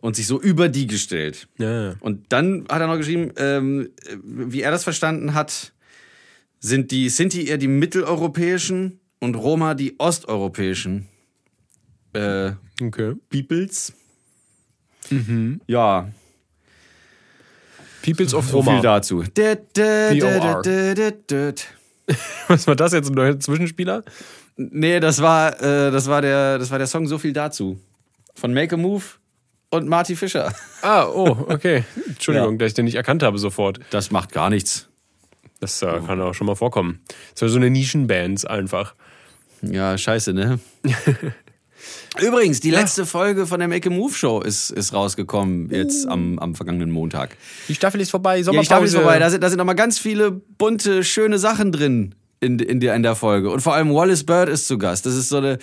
C: und sich so über die gestellt.
A: Ja.
C: Und dann hat er noch geschrieben, ähm, äh, wie er das verstanden hat, sind die Sinti eher die mitteleuropäischen und Roma die osteuropäischen äh,
A: okay.
C: Peoples. Mhm. Ja,
A: Peoples of
C: so viel
A: Roma.
C: dazu. Dö, dö, dö,
A: POR.
C: dö, dö, dö.
A: Was war das jetzt, ein neuer Zwischenspieler?
C: Nee, das war, äh, das, war der, das war der Song So viel dazu. Von Make a Move und Marty Fischer.
A: Ah, oh, okay. Entschuldigung,
C: Ja.
A: dass ich den nicht erkannt habe sofort.
C: Das macht gar nichts.
A: Das äh, kann auch schon mal vorkommen. Das war so eine Nischenband einfach.
C: Ja, scheiße, ne? Übrigens, die letzte Folge von der Make a Move Show ist, ist rausgekommen, jetzt am, am vergangenen Montag.
A: Die Staffel ist vorbei,
C: Ja,
A: Sommerpause.
C: die Staffel ist vorbei. Da sind, da sind nochmal ganz viele bunte, schöne Sachen drin in, in, der, in der Folge. Und vor allem Wallace Bird ist zu Gast. Das ist so eine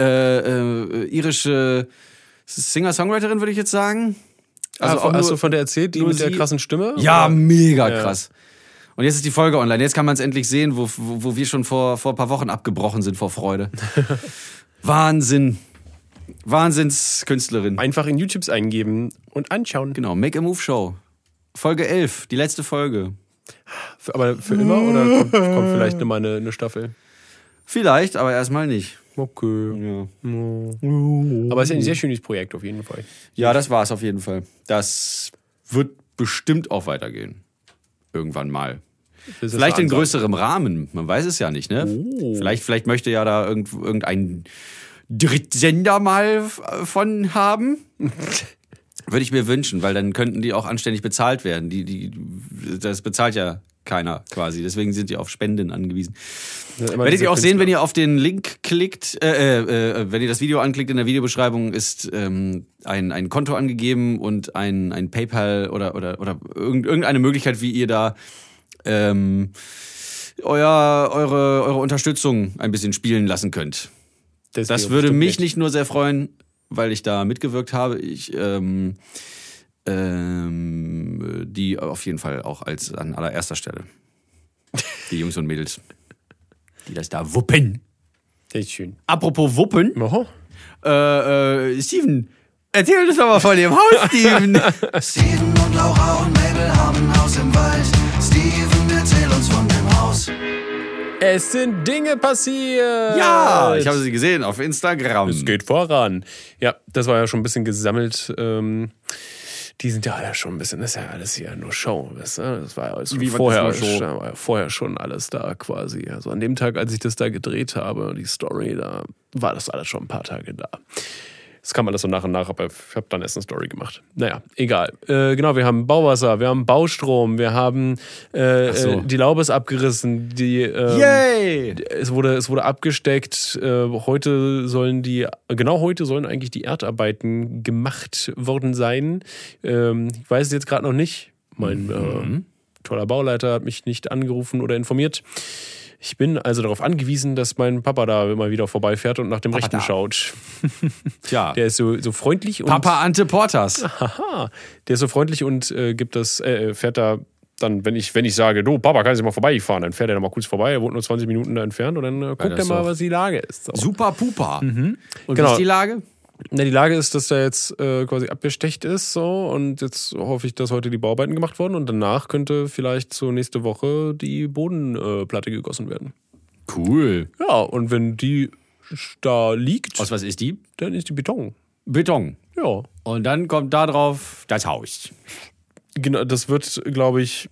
C: äh, äh, irische Singer-Songwriterin, würde ich jetzt sagen.
A: also,
C: auch
A: hast
C: nur-
A: du von der erzählt, die
C: nur
A: mit der
C: sie-
A: krassen Stimme?
C: ja,
A: Oder?
C: mega
A: Ja.
C: krass. Und jetzt ist die Folge online. Jetzt kann man es endlich sehen, wo, wo, wo wir schon vor, vor ein paar Wochen abgebrochen sind vor Freude. Wahnsinn. Wahnsinnskünstlerin.
A: Einfach in YouTubes eingeben und anschauen.
C: Genau, Make a Move Show. Folge 11, die letzte Folge.
A: F- Aber für immer oder kommt, kommt vielleicht nochmal eine, eine Staffel?
C: Vielleicht, aber erstmal nicht.
A: Okay.
C: Ja.
A: Aber es ist ein sehr schönes Projekt auf jeden Fall.
C: ja, das war's auf jeden Fall. Das wird bestimmt auch weitergehen. Irgendwann mal.
A: Das ist
C: Vielleicht
A: eine
C: in
A: Ansage.
C: größerem Rahmen. Man weiß es ja nicht, ne? Vielleicht, vielleicht möchte ja da irgend, irgendein Drittsender mal f- von haben. Würde ich mir wünschen, weil dann könnten die auch anständig bezahlt werden. Die, die, das bezahlt ja keiner quasi. Deswegen sind die auf Spenden angewiesen.
A: Ja, immer
C: Werdet
A: diese
C: ihr auch sehen,
A: Künstler.
C: wenn ihr auf den Link klickt, äh, äh, äh, wenn ihr das Video anklickt, in der Videobeschreibung ist ähm, ein, ein Konto angegeben und ein, ein PayPal oder, oder, oder irgend- irgendeine Möglichkeit, wie ihr da ähm, euer, eure, eure Unterstützung ein bisschen spielen lassen könnt.
A: Deswegen
C: Das würde
A: bestimmt
C: mich nicht nur sehr freuen, weil ich da mitgewirkt habe. Ich ähm, ähm, die auf jeden Fall auch als an allererster Stelle. Die Jungs und Mädels, die das da wuppen.
A: Sehr schön.
C: Apropos wuppen,
A: Oh.
C: äh, äh, Steven, erzähl uns doch mal von dem Haus, Steven.
B: Steven und Laura und Mabel haben ein Haus im Wald. Steven, erzähl uns von dem Haus.
A: Es sind Dinge passiert.
C: ja, ich habe sie gesehen auf Instagram.
A: Es geht voran. Ja, das war ja schon ein bisschen gesammelt. Ähm, die sind ja alle schon ein bisschen, das ist ja alles hier nur Show. Weißt du? Das war ja alles schon
C: Wie, was
A: vorher,
C: ist nur Show?
A: schon- war ja vorher schon alles da quasi. Also an dem Tag, als ich das da gedreht habe, die Story, da war das alles schon ein paar Tage da. Das kam alles so nach und nach, aber ich habe dann erst eine Story gemacht. Naja, egal. Äh, genau, wir haben Bauwasser, wir haben Baustrom, wir haben äh,
C: so.
A: äh, die Laube ist abgerissen, die ähm,
C: Yay!
A: es wurde, es wurde abgesteckt. Äh, heute sollen die, genau heute sollen eigentlich die Erdarbeiten gemacht worden sein. Ähm, ich weiß es jetzt gerade noch nicht. Mein ähm, toller Bauleiter hat mich nicht angerufen oder informiert. Ich bin also darauf angewiesen, dass mein Papa da immer wieder vorbeifährt und nach dem Rechten
C: da. Ah.
A: schaut.
C: Tja,
A: Der ist so, so freundlich und
C: Papa Ante Portas.
A: haha, der ist so freundlich und äh, gibt das, äh, fährt da dann, wenn ich, wenn ich sage, du, Papa, kannst du mal vorbeifahren, dann fährt er noch mal kurz vorbei, er wohnt nur 20 Minuten da entfernt und dann äh, guckt er
C: das
A: mal,
C: so-
A: was die Lage ist. So.
C: Super Pupa. Und
A: Genau.
C: wie ist die Lage?
A: Na, die Lage ist, dass da jetzt äh, quasi abgestecht ist so und jetzt hoffe ich, dass heute die Bauarbeiten gemacht wurden und danach könnte vielleicht so nächste Woche die Bodenplatte äh, Platte gegossen werden.
C: Cool.
A: Ja, und wenn die da liegt,
C: Aus was ist die?
A: dann ist die Beton.
C: Beton.
A: Ja.
C: Und dann kommt da drauf das Haus.
A: Genau, das wird, glaube ich,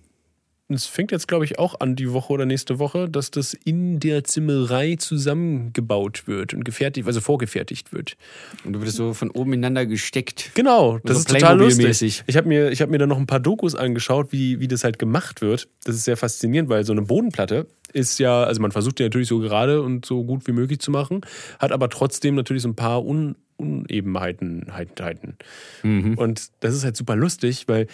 A: es fängt jetzt, glaube ich, auch an die Woche oder nächste Woche, dass das in der Zimmerei zusammengebaut wird und gefertigt, also vorgefertigt wird.
C: Und du wirst so von oben ineinander gesteckt.
A: Genau, das
C: so
A: ist total lustig.
C: Playmobil-mäßig.
A: Ich habe mir, ich hab mir dann noch ein paar Dokus angeschaut, wie, wie das halt gemacht wird. Das ist sehr faszinierend, weil so eine Bodenplatte ist ja, also man versucht die natürlich so gerade und so gut wie möglich zu machen, hat aber trotzdem natürlich so ein paar Un Unebenheiten. Heiten, Heiten. Und das ist halt super lustig, weil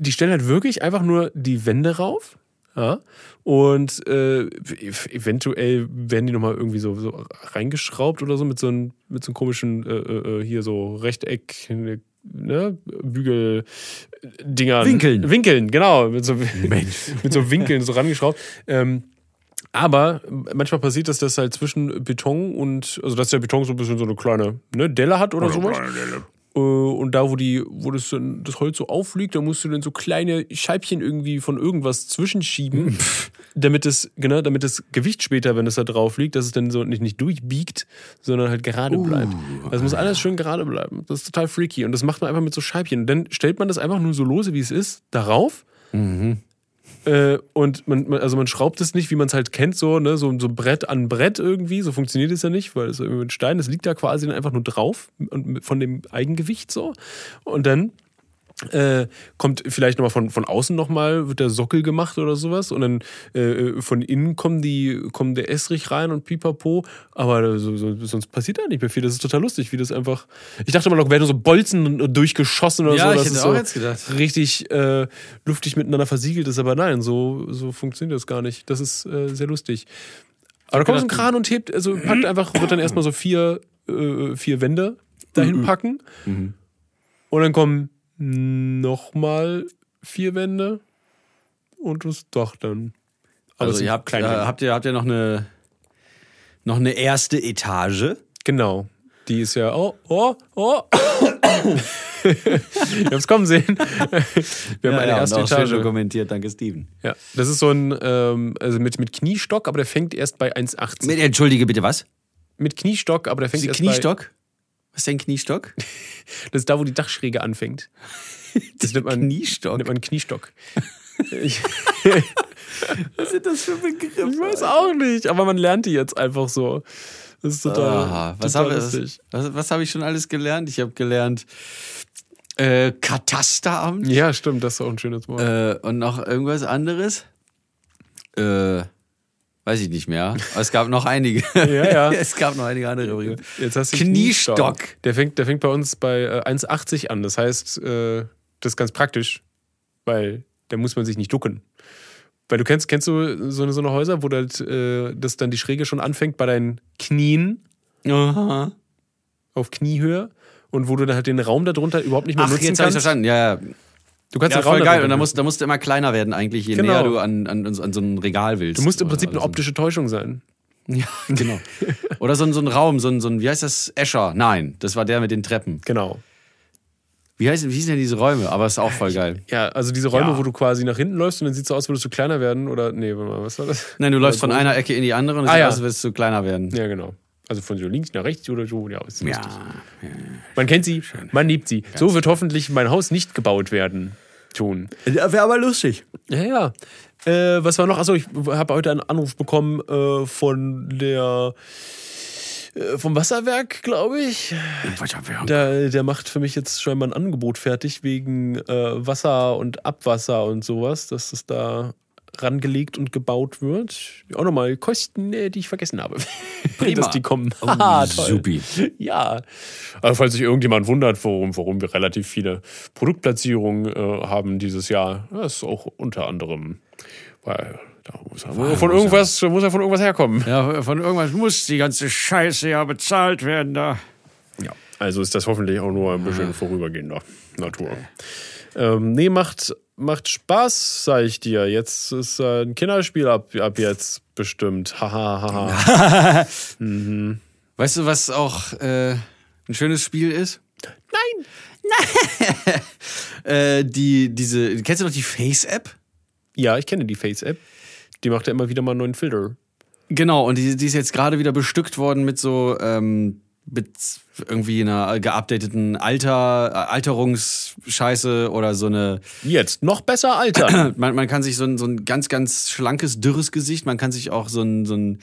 A: die stellen halt wirklich einfach nur die Wände rauf. Ja, und äh, ev- eventuell werden die nochmal irgendwie so, so reingeschraubt oder so mit so einem, mit so einem komischen, äh, äh, hier so Rechteck, ne, Bügeldingern.
C: Winkeln.
A: Winkeln, genau. Mit so, mit so Winkeln so rangeschraubt. Ähm, aber manchmal passiert das, dass halt zwischen Beton und, also dass der Beton so ein bisschen so eine kleine ne, Delle hat oder sowas. Äh, Und da, wo, die, wo das, dann- das Holz so aufliegt, da musst du dann so kleine Scheibchen irgendwie von irgendwas zwischenschieben, damit es, genau, damit das Gewicht später, wenn es da drauf liegt, dass es dann so nicht, nicht durchbiegt, sondern halt gerade bleibt. Das muss alles schön gerade bleiben. Das ist total freaky. Und das macht man einfach mit so Scheibchen. Und dann stellt man das einfach nur so lose, wie es ist, darauf. Äh, und man, man, also man schraubt es nicht, wie man es halt kennt, so, ne, so, so Brett an Brett irgendwie. So funktioniert es ja nicht, weil es irgendwie mit Stein, das liegt da quasi dann einfach nur drauf und mit- von dem Eigengewicht so. Und dann äh, kommt vielleicht nochmal von, von außen nochmal, wird der Sockel gemacht oder sowas und dann äh, von innen kommen die, kommen der Essrich rein und pipapo, aber so, so, sonst passiert da nicht mehr viel. Das ist total lustig, wie das einfach. Ich dachte mal, da werden so Bolzen durchgeschossen oder
C: Ja,
A: so.
C: ich
A: dass
C: hätte
A: es
C: auch
A: so
C: jetzt gedacht.
A: richtig äh, luftig miteinander versiegelt ist, aber nein, so, so funktioniert das gar nicht. Das ist äh, sehr lustig. Aber da kommt so ein Kran und hebt, also packt einfach, wird dann erstmal so vier, äh, vier Wände dahin
C: Mhm.
A: packen. Und dann kommen nochmal vier Wände und das Dach dann. Aber es
C: Also
A: sind
C: ihr habt, äh,
A: kleine Wände.
C: habt ihr habt ihr noch eine noch eine erste Etage?
A: Genau. Die ist ja, oh, oh, oh. ich hab's kommen sehen. Wir haben eine
C: und
A: erste
C: auch schön
A: Etage.
C: dokumentiert, danke Steven.
A: Ja, das ist so ein, ähm, also mit, mit Kniestock, aber der fängt erst bei 1,80. Mit,
C: Mit, entschuldige bitte, was?
A: Kniestock, aber der fängt
C: Sie
A: erst
C: Kniestock? Was ist denn Kniestock?
A: bei. Das ist da, wo die Dachschräge anfängt. Das nennt man,
C: Kniestock?
A: nennt man Kniestock. ich
C: Was sind das für
A: weiß
C: Begriffe?
A: auch nicht, aber man lernt die jetzt einfach so. Das ist total,
C: Aha, was
A: total
C: habe was,
A: lustig.
C: was hab ich schon alles gelernt? Ich habe gelernt äh, Katasteramt
A: Ja, stimmt, das ist auch ein schönes Wort.
C: äh, und noch irgendwas anderes. Äh, weiß ich nicht mehr. Aber es gab noch einige.
A: Ja, ja.
C: es gab noch einige andere Begriffe.
A: Jetzt hast du
C: Kniestock.
A: Der fängt, der fängt bei uns bei äh, 1,80 an. Das heißt, äh, das ist ganz praktisch, weil da muss man sich nicht ducken. Weil du kennst, kennst du so eine, so eine Häuser, wo das, äh, das dann die Schräge schon anfängt bei deinen Knien
C: Aha.
A: auf Kniehöhe und wo du dann halt den Raum darunter überhaupt nicht mehr
C: Ach,
A: nutzen
C: jetzt habe ich
A: kannst.
C: verstanden. Ja, ja.
A: Du kannst
C: ja
A: den Raum
C: voll geil.
A: darunter
C: Und
A: nutzen.
C: dann musst, dann musst du immer kleiner werden, eigentlich, je
A: Genau.
C: näher du an, an, an so ein Regal willst.
A: du musst im
C: Oder-
A: Prinzip eine
C: oder so ein-
A: optische Täuschung sein.
C: Ja, genau. Oder so ein, so ein Raum, so ein, so ein, wie heißt das? Escher. Nein, das war der mit den Treppen.
A: Genau.
C: Wie, heißt, wie hießen denn diese Räume? Aber ist auch voll geil.
A: Ja, also diese Räume,
C: Ja.
A: wo du quasi nach hinten läufst und dann sieht es so aus, würdest du kleiner werden oder. Nee, warte mal, was war das?
C: Nein, du läufst von einer Ecke in die andere und es
A: Ah,
C: sieht
A: ja.
C: aus, als würdest du kleiner werden.
A: Ja, genau. Also von so links nach rechts oder so. Ja, ist lustig. Man kennt sie, man liebt sie. so wird hoffentlich mein Haus nicht gebaut werden. Tun.
C: Wäre aber lustig.
A: Ja, ja. Äh, was war noch? Achso, ich habe heute einen Anruf bekommen äh, von der. äh, Vom Wasserwerk, glaube ich. Der, der macht für mich jetzt scheinbar ein Angebot fertig wegen äh, Wasser und Abwasser und sowas, dass es da rangelegt und gebaut wird. Auch nochmal Kosten, äh, die ich vergessen habe.
C: Prima.
A: Dass die kommen. Haha, Ah, toll.
C: Supi.
A: Ja. Also falls sich irgendjemand wundert, warum, warum wir relativ viele Produktplatzierungen äh, haben dieses Jahr, das ist auch unter anderem, weil da muss er von irgendwas, muss er von irgendwas herkommen.
C: Ja, von irgendwas muss die ganze Scheiße ja bezahlt werden da.
A: Ja. Ah. Also ist das hoffentlich auch nur ein bisschen vorübergehender Natur. Ähm, nee, macht macht Spaß, sag ich dir. Jetzt ist äh, ein Kinderspiel ab, ab jetzt bestimmt. Haha, haha.
C: Weißt du, was auch äh, ein schönes Spiel ist?
A: Nein!
C: Äh, die, diese, kennst du noch die Face-App?
A: Ja, ich kenne die Face-App. Die macht ja immer wieder mal einen neuen Filter.
C: Genau, und die, die ist jetzt gerade wieder bestückt worden mit so ähm, mit irgendwie einer geupdateten Alter, äh, Alterungsscheiße oder so eine.
A: Jetzt noch besser altern.
C: Man, man kann sich so ein, so ein ganz, ganz schlankes, dürres Gesicht, man kann sich auch so ein, so ein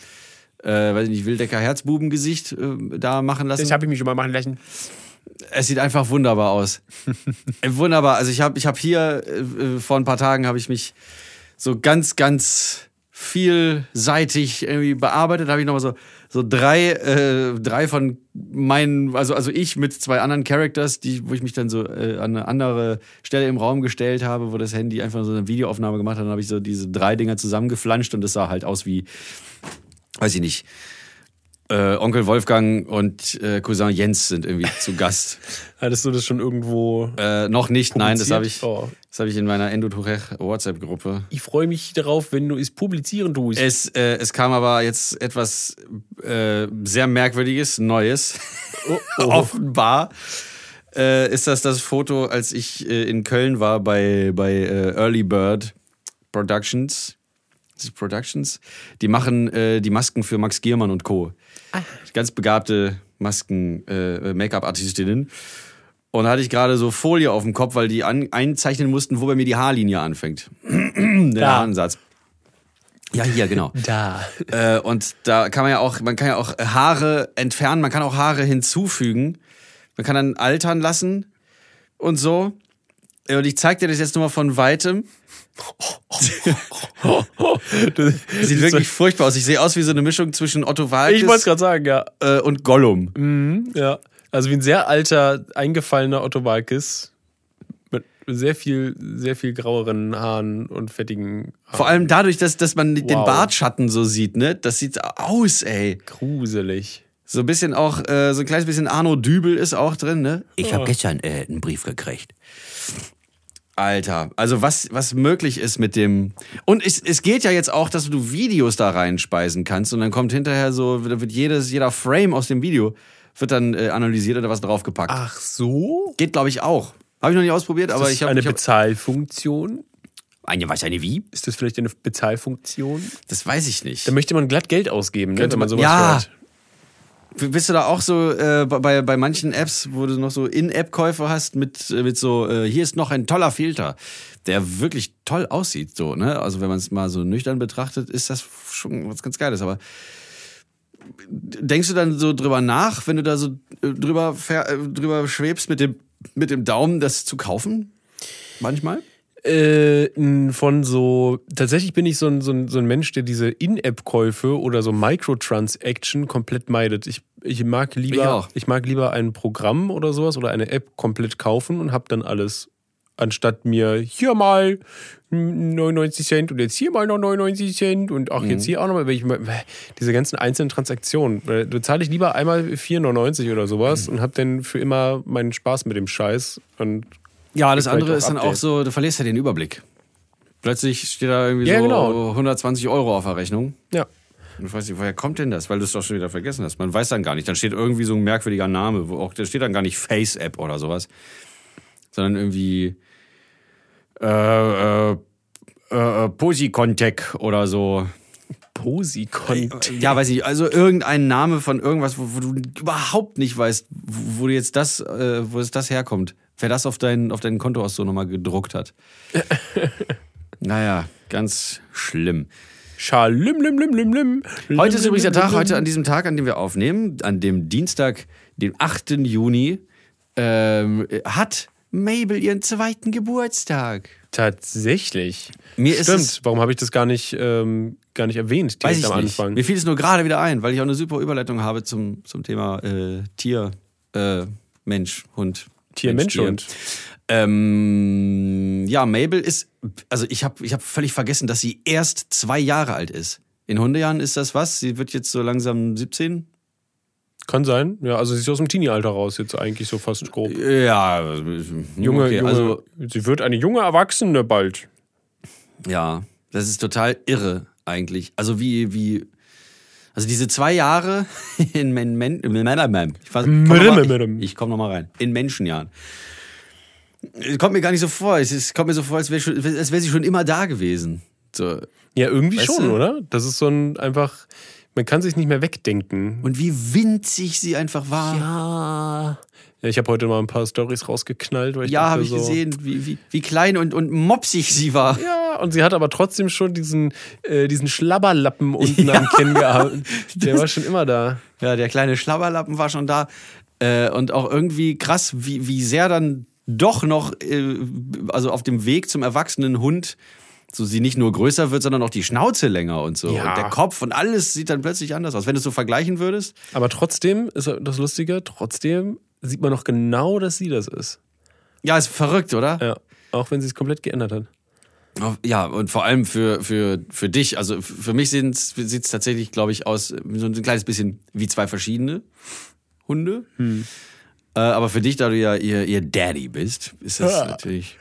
C: äh, weiß ich nicht, Wildecker Herzbubengesicht äh, da machen lassen.
A: habe ich mich schon mal machen lassen.
C: Es sieht einfach wunderbar aus. Äh, wunderbar. Also ich habe ich hab hier äh, äh, vor ein paar Tagen habe ich mich so ganz, ganz vielseitig irgendwie bearbeitet. Da habe ich nochmal so, so drei, äh, drei von meinen, also, also ich mit zwei anderen Characters, die, wo ich mich dann so äh, an eine andere Stelle im Raum gestellt habe, wo das Handy einfach so eine Videoaufnahme gemacht hat. Dann habe ich so diese drei Dinger zusammengeflanscht und das sah halt aus wie, weiß ich nicht, äh, Onkel Wolfgang und äh, Cousin Jens sind irgendwie zu Gast.
A: Hattest du das schon irgendwo?
C: Äh, noch nicht, nein, das habe ich,
A: Publiziert? Oh.
C: das hab ich in meiner Endoturech WhatsApp-Gruppe.
A: Ich freue mich darauf, wenn du es publizieren tust.
C: Es, äh, es kam aber jetzt etwas äh, sehr Merkwürdiges, Neues. Offenbar äh, ist das das Foto, als ich äh, in Köln war bei, bei äh, Early Bird Productions. Ist es Productions? Die machen äh, die Masken für Max Giermann und Co. Ganz begabte Masken, äh, Make-up-Artistinnen. Und da hatte ich gerade so Folie auf dem Kopf, weil die an, einzeichnen mussten, wo bei mir die Haarlinie anfängt. Der Ansatz. Ja, hier, genau.
A: da.
C: Äh, und da kann man ja auch, man kann ja auch Haare entfernen, man kann auch Haare hinzufügen. Man kann dann altern lassen und so. Äh, Und ich zeig dir das jetzt nur mal von weitem.
A: Das,
C: Sieht wirklich furchtbar aus. Ich sehe aus wie so eine Mischung zwischen Otto
A: ich wollte es
C: Walkes
A: gerade sagen, ja.
C: äh, und Gollum.
A: ja. Also wie ein sehr alter, eingefallener Otto Walkes. Mit sehr viel, sehr viel graueren Haaren und fettigen Haaren.
C: Vor allem dadurch, dass, dass man den
A: Wow.
C: Bartschatten so sieht, ne? Das sieht aus, ey.
A: gruselig.
C: So ein bisschen auch, äh, so ein kleines bisschen Arno Dübel ist auch drin, ne?
E: Ich habe gestern äh, einen Brief gekriegt.
C: Alter, also was, was möglich ist mit dem. Und es, es geht ja jetzt auch, dass du Videos da reinspeisen kannst und dann kommt hinterher so, da wird jedes, jeder Frame aus dem Video wird dann äh, analysiert oder was draufgepackt.
E: Ah.
A: Ach so?
C: Geht, glaube ich, auch. Habe ich noch nicht ausprobiert, aber
A: Aber
C: ich
A: ich
C: habe.
A: eine
C: ich hab-
A: Bezahlfunktion?
E: Eine was, eine wie?
A: Ist das vielleicht eine Bezahlfunktion?
C: Das weiß ich nicht.
A: Da möchte man glatt Geld ausgeben, ne,
C: Könnte
A: wenn man
C: man-
A: sowas
C: Ja.
A: hört.
C: Bist du da auch so äh, bei, bei manchen Apps, wo du noch so In-App-Käufe hast mit, äh, mit so, äh, hier ist noch ein toller Filter, der wirklich toll aussieht, so, ne? Also wenn man es mal so nüchtern betrachtet, ist das schon was ganz Geiles, aber denkst du dann so drüber nach, wenn du da so äh, drüber, ver- äh, drüber schwebst mit dem, mit dem Daumen, das zu kaufen? Manchmal?
A: Äh, n- von so, tatsächlich bin ich so ein, so ein, so ein Mensch, der diese In-App-Käufe oder so Microtransaction komplett meidet. Ich, ich, mag lieber,
C: Ich
A: ich,
C: auch.
A: mag lieber ein Programm oder sowas oder eine App komplett kaufen und hab dann alles. Anstatt mir hier mal 99 Cent und jetzt hier mal noch 99 Cent und auch jetzt hier auch nochmal, ich, mal- diese ganzen einzelnen Transaktionen. Äh, Da zahle ich lieber einmal 4,99 oder sowas und hab dann für immer meinen Spaß mit dem Scheiß. Und
C: Ja, das andere
A: vielleicht
C: ist
A: auch
C: dann auch
A: Update.
C: so, du verlierst ja den Überblick. Plötzlich steht da irgendwie
A: Ja,
C: so
A: genau.
C: 120 Euro auf der Rechnung.
A: ja.
C: Und Ich weiß nicht, woher kommt denn das? Weil du es doch schon wieder vergessen hast. Man weiß dann gar nicht. Dann steht irgendwie so ein merkwürdiger Name. Wo auch, da steht dann gar nicht Face-App oder sowas. Sondern irgendwie äh, äh, äh, Posikontec oder so.
A: Posi-Content.
C: Ja, weiß nicht. Also irgendein Name von irgendwas, wo, wo du überhaupt nicht weißt, wo, wo du jetzt das, äh, wo es das herkommt. Wer das auf deinen auf deinen Kontoauszug nochmal gedruckt hat. naja, ganz schlimm.
A: Schalim, lim, lim, lim, lim.
C: Heute ist übrigens der Tag, heute an diesem Tag, an dem wir aufnehmen, an dem Dienstag, dem 8. Juni, ähm, hat Mabel ihren zweiten Geburtstag.
A: Tatsächlich.
C: Mir ist
A: Stimmt,
C: es-
A: warum habe ich das gar nicht, ähm, gar nicht erwähnt direkt
C: Weiß ich
A: am
C: nicht.
A: Anfang?
C: Mir fiel es nur gerade wieder ein, weil ich auch eine super Überleitung habe zum, zum Thema äh, Tier, äh, Mensch, Hund.
A: Tier, Mensch,
C: Tier.
A: Hund.
C: Ähm, ja, Mabel ist, also ich habe ich hab völlig vergessen, dass sie erst zwei Jahre alt ist. In Hundejahren ist das was? Sie wird jetzt so langsam 17?
A: Kann sein. Ja, also sie ist aus dem Teenie-Alter raus jetzt eigentlich so fast grob.
C: Ja,
A: Junge,
C: Junge,
A: junge,
C: Äh, also
A: sie wird eine junge Erwachsene bald.
C: ja, das ist total irre eigentlich. Also wie wie also diese zwei Jahre in Men, Men, in Men, Men, Men ich, fass- ich komme nochmal ich, ich komm noch mal rein in Menschenjahren. Es kommt mir gar nicht so vor. Es, ist, kommt mir so vor, als wäre als wär sie schon immer da gewesen. So.
A: Ja, irgendwie
C: Weißt
A: schon,
C: du?
A: oder? Das ist so ein einfach, man kann sich nicht mehr wegdenken.
C: Und wie winzig sie einfach war.
A: Ja. ja ich habe heute mal ein paar Stories rausgeknallt, weil ich
C: Ja,
A: dachte
C: habe ich
A: so,
C: gesehen, wie, wie, wie klein und, und mopsig sie war.
A: Ja, und sie hat aber trotzdem schon diesen, äh, diesen Schlabberlappen unten am Kinn gehabt. Der war schon immer da.
C: Ja, der kleine Schlabberlappen war schon da. Äh, und auch irgendwie krass, wie, wie sehr dann doch noch, äh, also auf dem Weg zum erwachsenen Hund, so sie nicht nur größer wird, sondern auch die Schnauze länger und so.
A: Ja.
C: Und der Kopf und alles sieht dann plötzlich anders aus. Wenn du es so vergleichen würdest,
A: Aber trotzdem ist halt das Lustige, trotzdem sieht man noch genau, dass sie das ist.
C: ja, ist verrückt, oder?
A: Ja. Auch wenn sie es komplett geändert hat.
C: Auf- Ja, und vor allem für, für, für dich. Also f- für mich sieht's sieht's tatsächlich, glaube ich, aus äh, so ein kleines bisschen wie zwei verschiedene Hunde.
A: Hm.
C: Äh, aber für dich, da du ja ihr, ihr Daddy bist, ist das
A: Ja.
C: natürlich.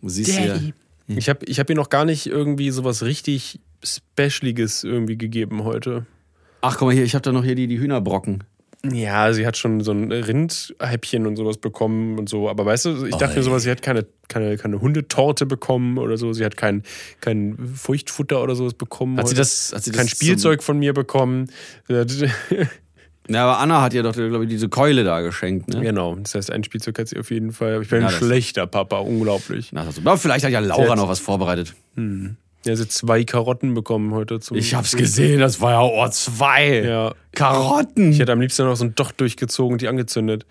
C: Du siehst Daddy.
A: Ich habe ich hab ihr noch gar nicht irgendwie sowas richtig Specialiges irgendwie gegeben heute.
C: Ach, guck mal hier, ich habe da noch hier die, die Hühnerbrocken.
A: Ja, sie hat schon so ein Rindhäppchen und sowas bekommen und so. Aber weißt du, ich dachte mir sowas, sie hat keine, keine, keine Hundetorte bekommen oder so. Sie hat kein, kein Furchtfutter oder sowas bekommen.
C: Hat sie
A: heute.
C: das- hat sie das
A: kein
C: zum-
A: Spielzeug von mir bekommen. Genau, Sie hat-
C: Ja, aber Anna hat ja doch, glaube ich, diese Keule da geschenkt, ne?
A: genau, das heißt, ein Spielzeug hat sie auf jeden Fall. Ich bin
C: Ja,
A: ein
C: das-
A: schlechter Papa, unglaublich.
C: Na, so, aber vielleicht hat ja Laura
A: Jetzt.
C: noch was vorbereitet.
A: Ja, sie hat zwei Karotten bekommen heute. Zum
C: Ich hab's gesehen, das war ja Ohr 2.
A: Hm. Ja.
C: Karotten.
A: Ich hätte am liebsten noch so ein Docht durchgezogen und die angezündet.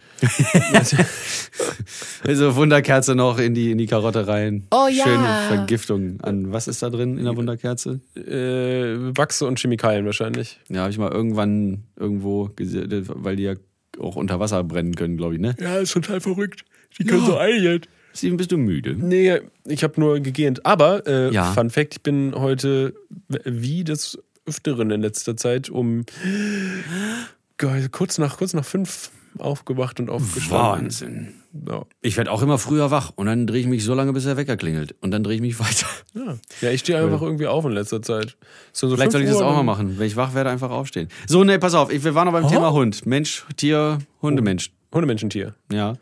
C: Also Wunderkerze noch in die, in die Karotte rein.
D: Oh ja.
C: Schöne Vergiftung an. Was ist da drin in der Wunderkerze?
A: äh, Wachse und Chemikalien wahrscheinlich.
C: Ja, habe ich mal irgendwann irgendwo gesehen, weil die ja auch unter Wasser brennen können, glaube ich, ne?
A: Ja, ist total verrückt. Die können so eilen.
C: Steven, bist du müde?
A: Nee, ich habe nur gegähnt. Aber, äh,
C: Ja.
A: Fun Fact, ich bin heute wie des Öfteren in letzter Zeit um kurz nach, kurz nach fünf aufgewacht und aufgestanden.
C: Wahnsinn.
A: Ja.
C: Ich werde auch immer früher wach und dann drehe ich mich so lange, bis der Wecker klingelt. Und dann drehe ich mich weiter.
A: Ja. ja, ich stehe einfach irgendwie auf in letzter Zeit. So, so
C: Vielleicht
A: fünf
C: soll ich das
A: Uhr,
C: auch mal
A: dann-
C: machen. Wenn ich wach werde, einfach aufstehen. So, nee, pass auf. Ich, wir waren
A: Oh.
C: noch beim Thema Hund. Mensch, Tier, Hundemensch.
A: Hundemenschentier.
C: Ja.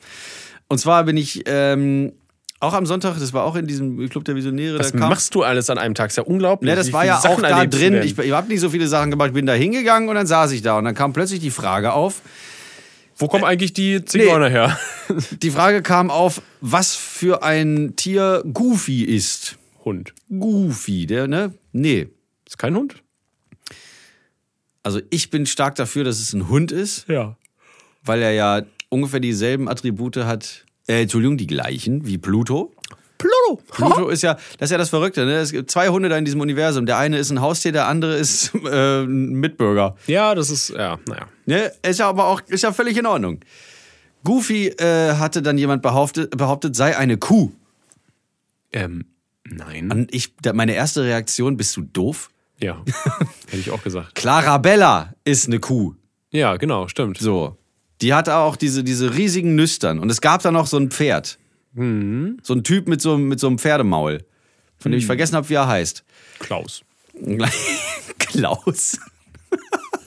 C: Und zwar bin ich ähm, auch am Sonntag, das war auch in diesem Club der Visionäre.
A: Was
C: da kam,
A: machst du alles an einem Tag? Ist ja unglaublich.
C: Ne, das
A: wie
C: war
A: viele
C: ja auch
A: Sachen
C: da
A: erlebst du
C: drin.
A: denn?
C: Ich, ich habe nicht so viele Sachen gemacht. Ich bin da hingegangen und dann saß ich da. Und dann kam plötzlich die Frage auf.
A: Wo kommen eigentlich die Zigeuner her?
C: Die Frage kam auf, was für ein Tier Goofy ist.
A: Hund.
C: Goofy, der, ne? Nee.
A: Ist kein Hund?
C: Also ich bin stark dafür, dass es ein Hund ist,
A: Ja.
C: weil er ja ungefähr dieselben Attribute hat. Äh, Entschuldigung, die gleichen wie Pluto.
A: Pluto.
C: Pluto ist ja, das ist ja das Verrückte, ne? Es gibt zwei Hunde da in diesem Universum. Der eine ist ein Haustier, der andere ist äh, ein Mitbürger.
A: Ja, das ist, ja, naja.
C: Ne? Ist ja aber auch, ist ja völlig in Ordnung. Goofy äh, hatte dann jemand behauptet, behauptet, sei eine Kuh.
A: Ähm, nein.
C: Und ich, da, meine erste Reaktion, bist du doof?
A: Ja, hätte ich auch gesagt.
C: Clarabella ist eine Kuh.
A: Ja, genau, stimmt.
C: So. Die hatte auch diese, diese riesigen Nüstern. Und es gab da noch so ein Pferd. So ein Typ mit so, einem- mit so einem Pferdemaul. Von dem ich vergessen habe, wie er heißt.
A: Klaus.
C: Klaus.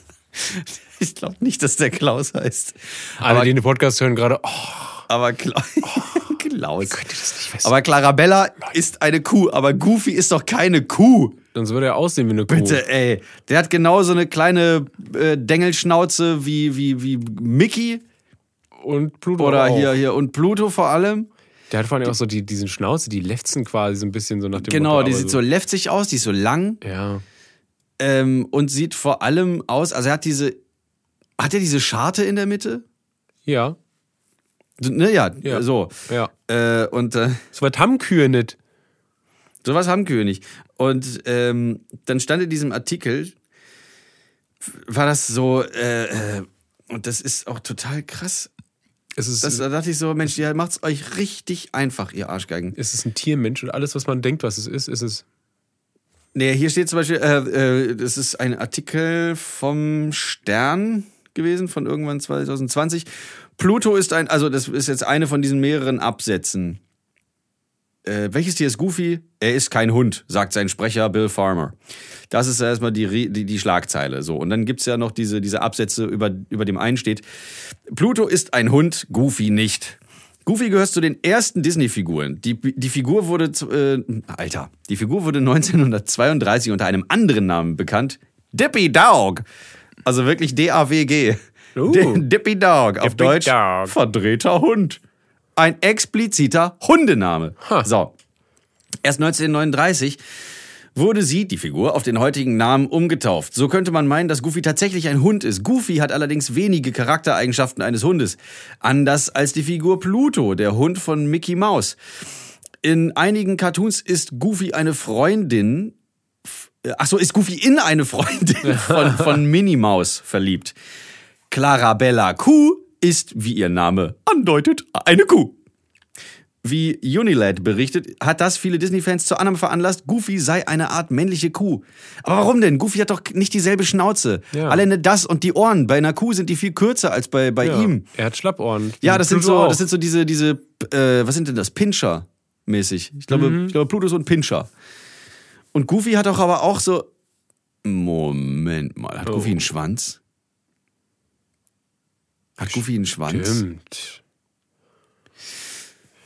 C: ich glaube nicht, dass der Klaus heißt.
A: Alle, die den Podcast hören, gerade, oh,
C: Aber Kla Klaus.
A: das nicht
C: Aber Clarabella ist eine Kuh, aber Goofy ist doch keine Kuh.
A: sonst würde er aussehen wie eine Kuh.
C: Bitte, ey. Der hat genauso eine kleine äh, Dengelschnauze wie, wie, wie Mickey
A: Und Pluto
C: oder
A: auch.
C: hier, hier und Pluto vor allem.
A: Der hat vor allem auch so die, diesen Schnauze, die lefzen quasi so ein bisschen so nach dem
C: Genau,
A: Motto,
C: die
A: aber
C: sieht so leftig aus, die ist so lang
A: Ja.
C: ähm, und sieht vor allem aus, also er hat diese, hat er diese Scharte in der Mitte?
A: Ja,
C: Ne, ja,
A: Ja.
C: so.
A: ja.
C: Äh, und äh,
A: So was haben Kühe nicht.
C: Sowas haben Kühe nicht. Und ähm, dann stand in diesem Artikel, war das so, äh, äh, und das ist auch total krass.
A: Es ist,
C: Das, da dachte ich so, Mensch, ihr macht's euch richtig einfach, ihr Arschgeigen.
A: es ist ein Tiermensch und alles, was man denkt, was es ist, ist es.
C: Nee, hier steht zum Beispiel, äh, äh, das ist ein Artikel vom Stern, gewesen von irgendwann 2020. Pluto ist ein, also das ist jetzt eine von diesen mehreren Absätzen. Äh, welches Tier ist Goofy? Er ist kein Hund, sagt sein Sprecher Bill Farmer. Das ist erstmal die, Re- die, die Schlagzeile. So. Und dann gibt's ja noch diese, diese Absätze, über, über dem einen steht: Pluto ist ein Hund, Goofy nicht. Goofy gehört zu den ersten Disney-Figuren. Die, die Figur wurde, zu- äh, Alter, die Figur wurde 1932 unter einem anderen Namen bekannt. Dippy Dog. Also wirklich D-A-W-G. Di- Dippy Dog. Auf
A: Oh. Dippy
C: Deutsch
A: Dog.
C: verdrehter Hund. Ein expliziter Hundename.
A: Ha.
C: So. Erst 1939 wurde sie, die Figur, auf den heutigen Namen umgetauft. So könnte man meinen, dass Goofy tatsächlich ein Hund ist. Goofy hat allerdings wenige Charaktereigenschaften eines Hundes. Anders als die Figur Pluto, der Hund von Mickey Mouse. In einigen Cartoons ist Goofy eine Freundin. Achso, ist Goofy in eine Freundin von, von Minnie Maus verliebt. Clarabella Kuh ist, wie ihr Name andeutet, eine Kuh. Wie Unilad berichtet, hat das viele Disney-Fans zur Annahme veranlasst, Goofy sei eine Art männliche Kuh. Aber warum denn? Goofy hat doch nicht dieselbe Schnauze.
A: Ja.
C: Alleine das und die Ohren bei einer Kuh sind die viel kürzer als bei, bei
A: Ja.
C: ihm.
A: Er hat Schlappohren.
C: Ja, das sind,
A: Pluto
C: so,
A: auch.
C: das sind so diese, diese äh, was sind denn das? Pinscher mäßig. Ich glaube,
A: Mhm.
C: ich glaube Pluto ist so ein Pinscher. Und Goofy hat auch aber auch so. Moment mal,
A: Oh.
C: hat Goofy einen Schwanz? Hat Goofy einen Schwanz?
A: Stimmt.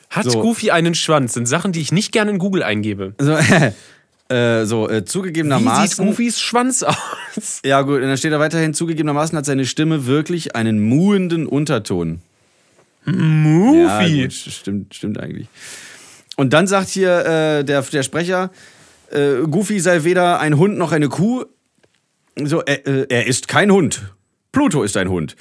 A: Hat
C: So.
A: Goofy einen Schwanz? Sind Sachen, die ich nicht gerne in Google eingebe.
C: So, äh, so äh,
A: Wie sieht
C: zugegebenermaßen.
A: Goofys Schwanz aus?
C: Ja, gut, und dann steht da weiterhin, zugegebenermaßen hat seine Stimme wirklich einen muhenden Unterton. Ja,
A: Goofy.
C: gut, stimmt, stimmt eigentlich. Und dann sagt hier äh, der, der Sprecher, äh, Goofy sei weder ein Hund noch eine Kuh. So, er, äh, er ist kein Hund. Pluto ist ein Hund.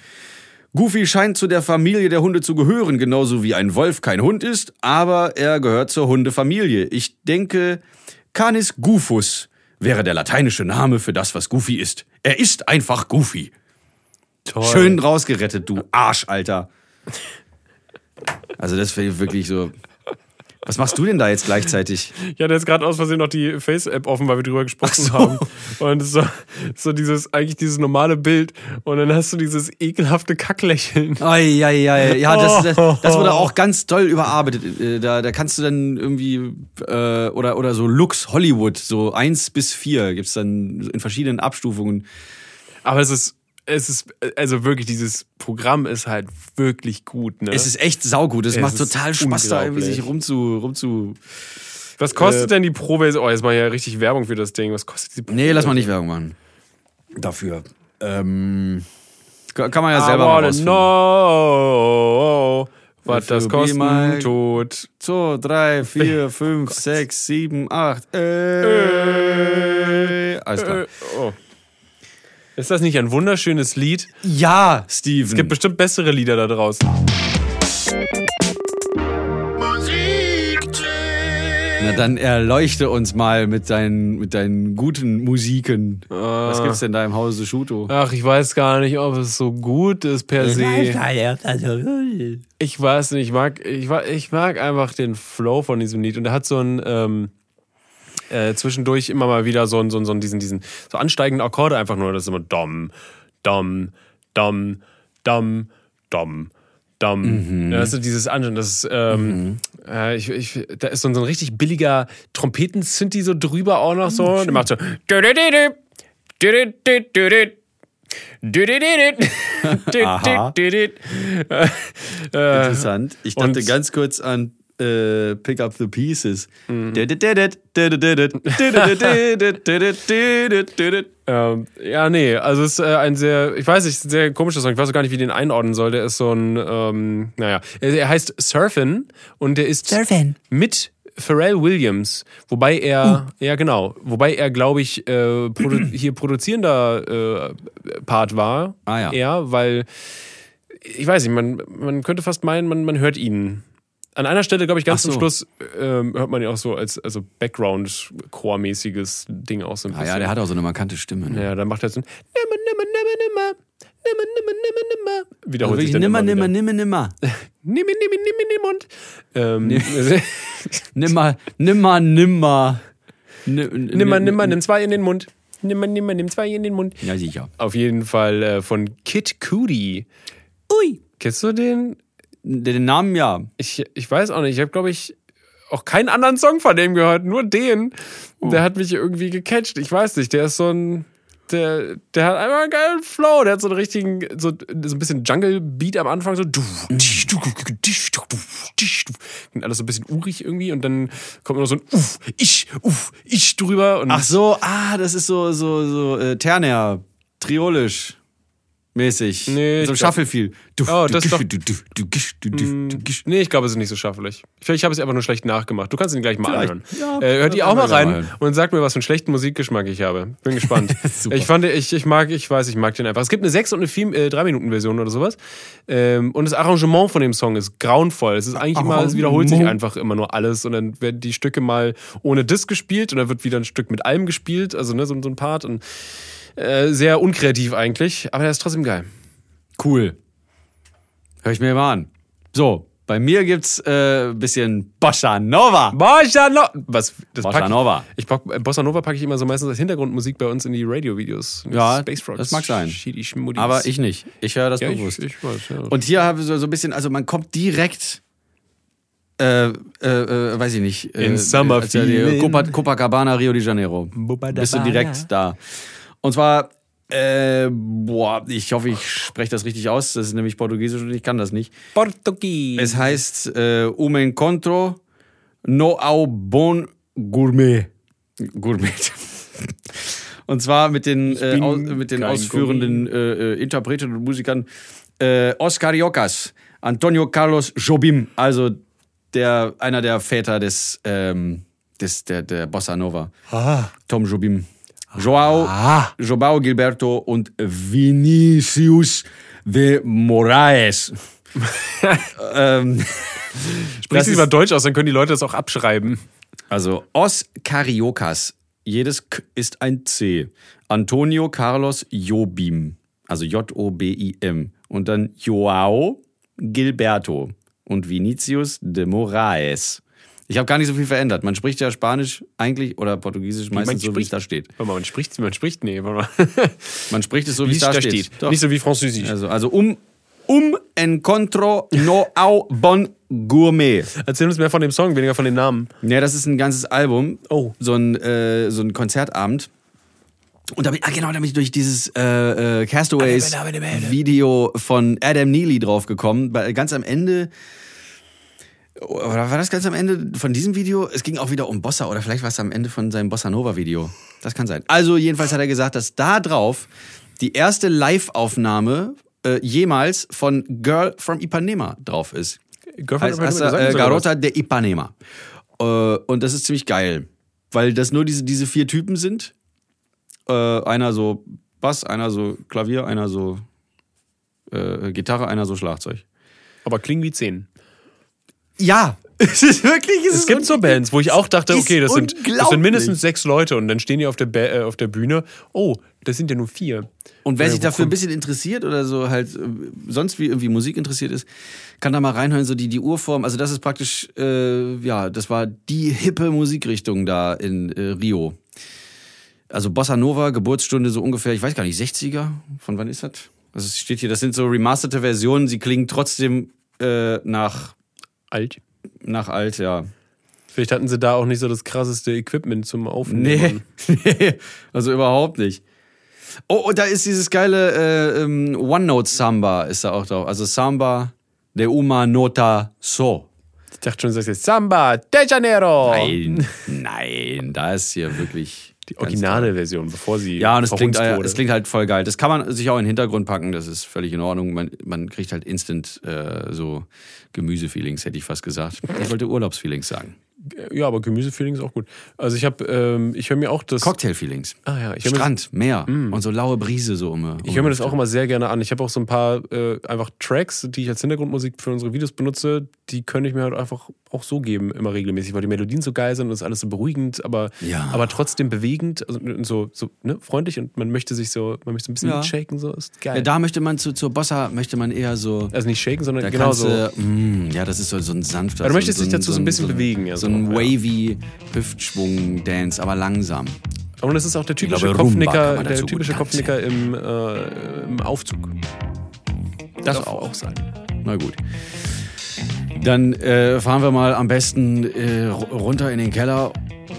C: Goofy scheint zu der Familie der Hunde zu gehören, genauso wie ein Wolf kein Hund ist, aber er gehört zur Hundefamilie. Ich denke, Canis Goofus wäre der lateinische Name für das, was Goofy ist. Er ist einfach Goofy.
A: Toll.
C: Schön rausgerettet, du Arsch, Alter. Also das wäre wirklich so. Was machst du denn da jetzt gleichzeitig?
A: Ich hatte jetzt gerade aus Versehen noch die Face-App offen, weil wir drüber gesprochen haben. Und es ist so, so dieses, eigentlich dieses normale Bild. Und dann hast du dieses ekelhafte Kacklächeln.
C: Ai, ai, ai. Ja, das, das, das wurde auch ganz toll überarbeitet. Äh, Da, da kannst du dann irgendwie, äh, oder, oder so Lux Hollywood, so eins bis vier gibt's dann in verschiedenen Abstufungen.
A: Aber es ist, es ist, also wirklich, dieses Programm ist halt wirklich gut. Ne?
C: Es ist echt saugut. Es
A: Es
C: macht
A: ist
C: total Spaß, da irgendwie
A: unglaublich.
C: sich rumzu, rumzu.
A: Was kostet
C: äh,
A: denn die Probe? Oh, jetzt mal ja richtig Werbung für das Ding. Was kostet die Probe?
C: Nee, lass mal nicht Werbung machen. Dafür. Ähm, kann kann man ja selber
A: I
C: mal
A: wanna
C: rausfinden.
A: know, was
C: If you
A: das
C: be my-
A: kosten tut.
C: 2, 3, 4, 5, 6, 7, 8. Äh, alles klar.
A: Äh, oh. Ist das nicht ein wunderschönes Lied?
C: Ja, Steven.
A: Es gibt bestimmt bessere Lieder da draußen.
C: Na dann erleuchte uns mal mit deinen, mit deinen guten Musiken. Was gibt's denn da im Hause Schuto?
A: Ach, ich weiß gar nicht, ob es so gut ist per se. Ich weiß nicht, ich mag, ich, wa- ich mag einfach den Flow von diesem Lied. Und er hat so ein ähm, äh, zwischendurch immer mal wieder so, einen- so, einen- so einen- diesen, diesen so ansteigenden Akkorde einfach nur. Das ist immer Dom, Dom, Dom, Dom, Dom, Dom. Ja, das ist dieses Ansteigen. Das ist, ähm, äh, ich, ich, da ist so ein, so ein richtig billiger Trompeten-Synthi so drüber auch noch so. Und der macht so.
C: Aha.
A: Uh, Aha.
C: Interessant. Ich dachte
A: Und-
C: ganz kurz an äh, Pick Up the Pieces. Ach
A: Ähm, ja, nee, also es ist äh, ein sehr, ich weiß nicht, sehr komischer Song. Ich weiß auch gar nicht, wie ich den einordnen soll. Der ist so ein, ähm, naja, er, er heißt Surfin und der ist
D: Surfin'.
A: mit Pharrell Williams, wobei er,
C: Uh.
A: ja genau, wobei er, glaube ich, äh, produ hier produzierender äh, Part war.
C: Ah, ja.
A: Er, weil, ich weiß nicht, man, man könnte fast meinen, man, man hört ihn. An einer Stelle, glaube ich, ganz
C: Ach so.
A: zum Schluss ähm, hört man ihn auch so als also Background-Chor-mäßiges Ding auch so ein bisschen.
C: Ah, ja, der hat auch so eine markante Stimme. Ne?
A: Ja, dann macht er so ein nimmer, nimmer, nimmer, nimmer, nimmer, nimmer, nimmer, nimmer.
C: Also
A: Wiederholt sich
C: wirklich
A: dann
C: nimmer,
A: immer
C: nimmer,
A: wieder.
C: nimmer, nimmer.
A: nimmer, nimmer, nimmer, nimmer, nimmer. Ähm,
C: Nimmer, nimmer, nimmer. Nimmer,
A: nimmer, nimmer, nimm zwei in den Mund. nimm, mal- nimm, mal- nimm zwei in den Mund.
C: Ja, sicher.
A: Auf jeden Fall äh, von Kid Cudi.
C: Ui.
A: Kennst du den?
C: Den Namen ja.
A: Ich, ich weiß auch nicht. Ich habe, glaube ich, auch keinen anderen Song von dem gehört, nur den. Der hat mich irgendwie gecatcht. Ich weiß nicht, der ist so ein. Der, der hat einfach einen geilen Flow. Der hat so einen richtigen, so, so ein bisschen Jungle-Beat am Anfang. So. Und alles so ein bisschen urig irgendwie. Und dann kommt noch so ein Uff, ich, Uff, ich drüber. Und
C: Ach so, ah, das ist so, so, so äh, Terner, triolisch mäßig.
A: Nee,
C: so ein
A: ich glaub-
C: Shuffle viel. Du,
A: Oh, das ist doch- Mm.
C: du, du, du, gisch, du, du, du, gisch.
A: Nee, ich glaube, es ist nicht so schaffelig. Vielleicht habe ich es einfach nur schlecht nachgemacht. Du kannst ihn gleich mal
C: Vielleicht.
A: anhören.
C: Ja,
A: äh, hört
C: dann
A: ihr auch
C: können wir
A: mal
C: da
A: rein
C: mal hören.
A: und sagt mir, was für einen schlechten Musikgeschmack ich habe. Bin gespannt.
C: Super.
A: ich fand, ich, ich mag, ich weiß, ich mag den einfach. Es gibt eine 6 und eine 4, äh, 3-Minuten-Version oder sowas. Ähm, und das Arrangement von dem Song ist grauenvoll. Es ist eigentlich immer, es wiederholt sich einfach immer nur alles und dann werden die Stücke mal ohne Disc gespielt und dann wird wieder ein Stück mit allem gespielt, also ne, so, so ein Part. Und, äh, sehr unkreativ eigentlich, aber der ist trotzdem geil.
C: Cool. Hör ich mir mal an. So, bei mir gibt's äh, bisschen Bossa Nova.
A: Bossa Nova. Was? Das
C: Bossa
A: pack ich-
C: Nova.
A: Ich pack, äh, Bossa Nova packe ich immer so meistens als Hintergrundmusik bei uns in die Radio-Videos.
C: Ja,
A: Space Frogs.
C: das mag sein.
A: Shitty Schmuddis.
C: Aber ich nicht. Ich höre das
A: ja,
C: bewusst.
A: Ich, ich weiß, ja.
C: Und hier habe ich so, so ein bisschen, also man kommt direkt, äh, äh, äh, weiß ich nicht, äh,
A: In summer
C: als ja die
A: feeling.
C: Copa- Copacabana, Rio de Janeiro. Bist du direkt da. Und zwar, äh, boah, ich hoffe, ich spreche das richtig aus. Das ist nämlich Portugiesisch und ich kann das nicht.
A: Portugies.
C: Es heißt äh, Um Encontro no ao bon gourmet. Gourmet. Und zwar mit den, äh,
A: bin
C: au mit den
A: kein
C: ausführenden äh, äh, Interpreten und Musikern äh, Oscar Iocas, Antonio Carlos Jobim, also der, einer der Väter des, ähm, des der, der Bossa Nova.
A: Ah.
C: Tom Jobim. Joao, Joao Gilberto und Vinicius de Moraes. ähm,
A: Sprichst
C: das
A: du
C: ist-
A: lieber Deutsch aus, dann können die Leute das auch abschreiben.
C: also Os Cariocas. Jedes K ist ein C. Antonio Carlos Jobim. Also J-O-B-I-M. Und dann Joao Gilberto und Vinicius de Moraes. Ich habe gar nicht so viel verändert. Man spricht ja Spanisch eigentlich oder Portugiesisch meistens so, wie es da steht.
A: Warte mal, man spricht, man spricht, nee, warte
C: Man spricht es so,
A: mal.
C: wie es da steht. Doch.
A: Nicht so wie Französisch.
C: also, also um, um encontro no au bon gourmet.
A: Erzähl uns mehr von dem Song, weniger von den Namen.
C: Ja, das ist ein ganzes Album.
A: Oh.
C: So ein, äh, so ein Konzertabend. Und damit, ah genau, damit ich durch dieses äh, äh, Castaways-Video von Adam Neely draufgekommen. Weil ganz am Ende, oder war das ganz am Ende von diesem Video? Es ging auch wieder um Bossa oder vielleicht war es am Ende von seinem Bossa Nova-Video. Das kann sein. Also jedenfalls hat er gesagt, dass da drauf die erste Live-Aufnahme äh, jemals von Girl from Ipanema drauf ist.
A: Girlfriend
C: Heißt, heißt er, äh, Garota de Ipanema. Äh, und das ist ziemlich geil, weil das nur diese, diese vier Typen sind. Äh, einer so Bass, einer so Klavier, einer so äh, Gitarre, einer so Schlagzeug.
A: Aber klingen wie zehn.
C: Ja, es ist wirklich. Es,
A: Es gibt so Bands, wo ich auch dachte,
C: ist
A: okay, das sind, das
C: unglaublich.
A: sind mindestens sechs Leute und dann stehen die auf der, Ba- äh, auf der Bühne. Oh, das sind ja nur vier.
C: Und wer
A: Äh,
C: sich
A: wo
C: dafür ein
A: kommt-
C: bisschen interessiert oder so halt äh, sonst wie irgendwie Musik interessiert ist, kann da mal reinhören, so die, die Urform. Also das ist praktisch, äh, ja, das war die hippe Musikrichtung da in äh, Rio. Also Bossa Nova, Geburtsstunde so ungefähr, ich weiß gar nicht, 60er? Von wann ist das? Also es steht hier, das sind so remasterte Versionen, sie klingen trotzdem äh, nach,
A: alt.
C: nach alt, ja.
A: Vielleicht hatten sie da auch nicht so das krasseste Equipment zum Aufnehmen.
C: Nee, nee, also überhaupt nicht. Oh, und da ist dieses geile äh, ähm, One-Note-Samba ist da auch drauf. Also Samba de uma nota so.
A: Ich dachte schon, du sagst jetzt Samba de Janeiro.
C: Nein, nein, da ist hier wirklich
A: Die originale Version, bevor sie
C: Ja, und es klingt,
A: verhunzt
C: äh,
A: wurde.
C: es klingt halt voll geil. Das kann man sich auch in den Hintergrund packen, das ist völlig in Ordnung. Man, man kriegt halt instant äh, so Gemüsefeelings, hätte ich fast gesagt. Ich wollte Urlaubsfeelings sagen.
A: ja, aber Gemüsefeeling ist auch gut. Also ich habe, ähm, ich höre mir auch das.
C: Cocktailfeelings.
A: Ah ja, ich höre mir, Hm.
C: Strand, Meer und so laue Brise so um. um
A: ich höre mir das auch immer sehr gerne an. Ich habe auch so ein paar äh, einfach Tracks, die ich als Hintergrundmusik für unsere Videos benutze. Die könnte ich mir halt einfach auch so geben, immer regelmäßig, weil die Melodien so geil sind und es ist alles so beruhigend, aber,
C: Ja.
A: aber trotzdem bewegend also, und so, so ne, freundlich und man möchte sich so, man möchte so ein bisschen
C: Ja.
A: shaken, so ist geil.
C: Ja, da möchte man zu, zur Bossa, möchte man eher so.
A: also nicht shaken, sondern
C: Da
A: genau
C: kannst
A: so.
C: du, mm, ja, das ist so, so ein sanfter.
A: du möchtest
C: so,
A: dich dazu so ein bisschen
C: so,
A: bewegen, ja,
C: so
A: so,
C: ein
A: ja.
C: wavy Hüftschwung-Dance, aber langsam.
A: Und es ist auch der typische
E: glaube, Rumba kann
A: Kopfnicker,
E: man
A: der
E: dazu
A: typische
E: gut
A: Kopfnicker im, äh, im Aufzug. Das darf auch sein.
C: Na gut. Dann äh, fahren wir mal am besten äh, ru- runter in den Keller,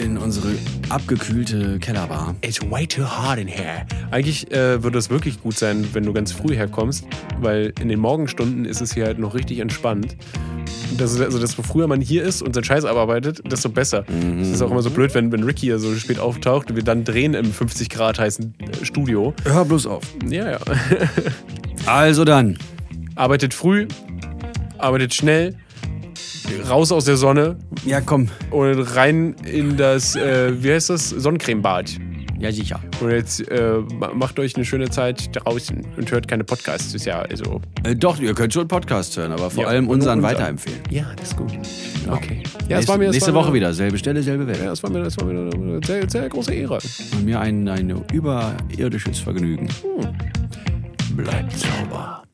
C: in unsere abgekühlte Kellerbar.
A: It's way too hot in here. Eigentlich äh, würde es wirklich gut sein, wenn du ganz früh herkommst, weil in den Morgenstunden ist es hier halt noch richtig entspannt. Das ist, also, desto früher man hier ist und seinen Scheiß abarbeitet, desto besser. Es ist auch immer so blöd, wenn, wenn Ricky hier so spät auftaucht und wir dann drehen im 50 Grad heißen äh, Studio.
C: Hör bloß auf.
A: Ja, ja.
C: Also dann.
A: Arbeitet früh, arbeitet schnell, raus aus der Sonne
C: Ja, komm.
A: und rein in das, äh, wie heißt das, Sonnencremebad.
C: Ja, sicher.
A: Und jetzt äh, ma- macht euch eine schöne Zeit draußen und hört keine Podcasts. Ist ja also.
C: Äh, doch, ihr könnt schon Podcasts hören, aber vor
A: Ja,
C: allem
A: nur
C: unseren
A: unseren.
C: weiterempfehlen.
A: Ja, das ist gut. Okay. Genau. Ja, es
C: Nächste,
A: war mir, es
C: nächste
A: war
C: Woche
A: mir,
C: wieder. Selbe Stelle, selbe Welt.
A: Ja, es war mir, es war mir eine sehr, sehr große Ehre.
C: Und mir ein, ein überirdisches Vergnügen.
E: Bleibt sauber.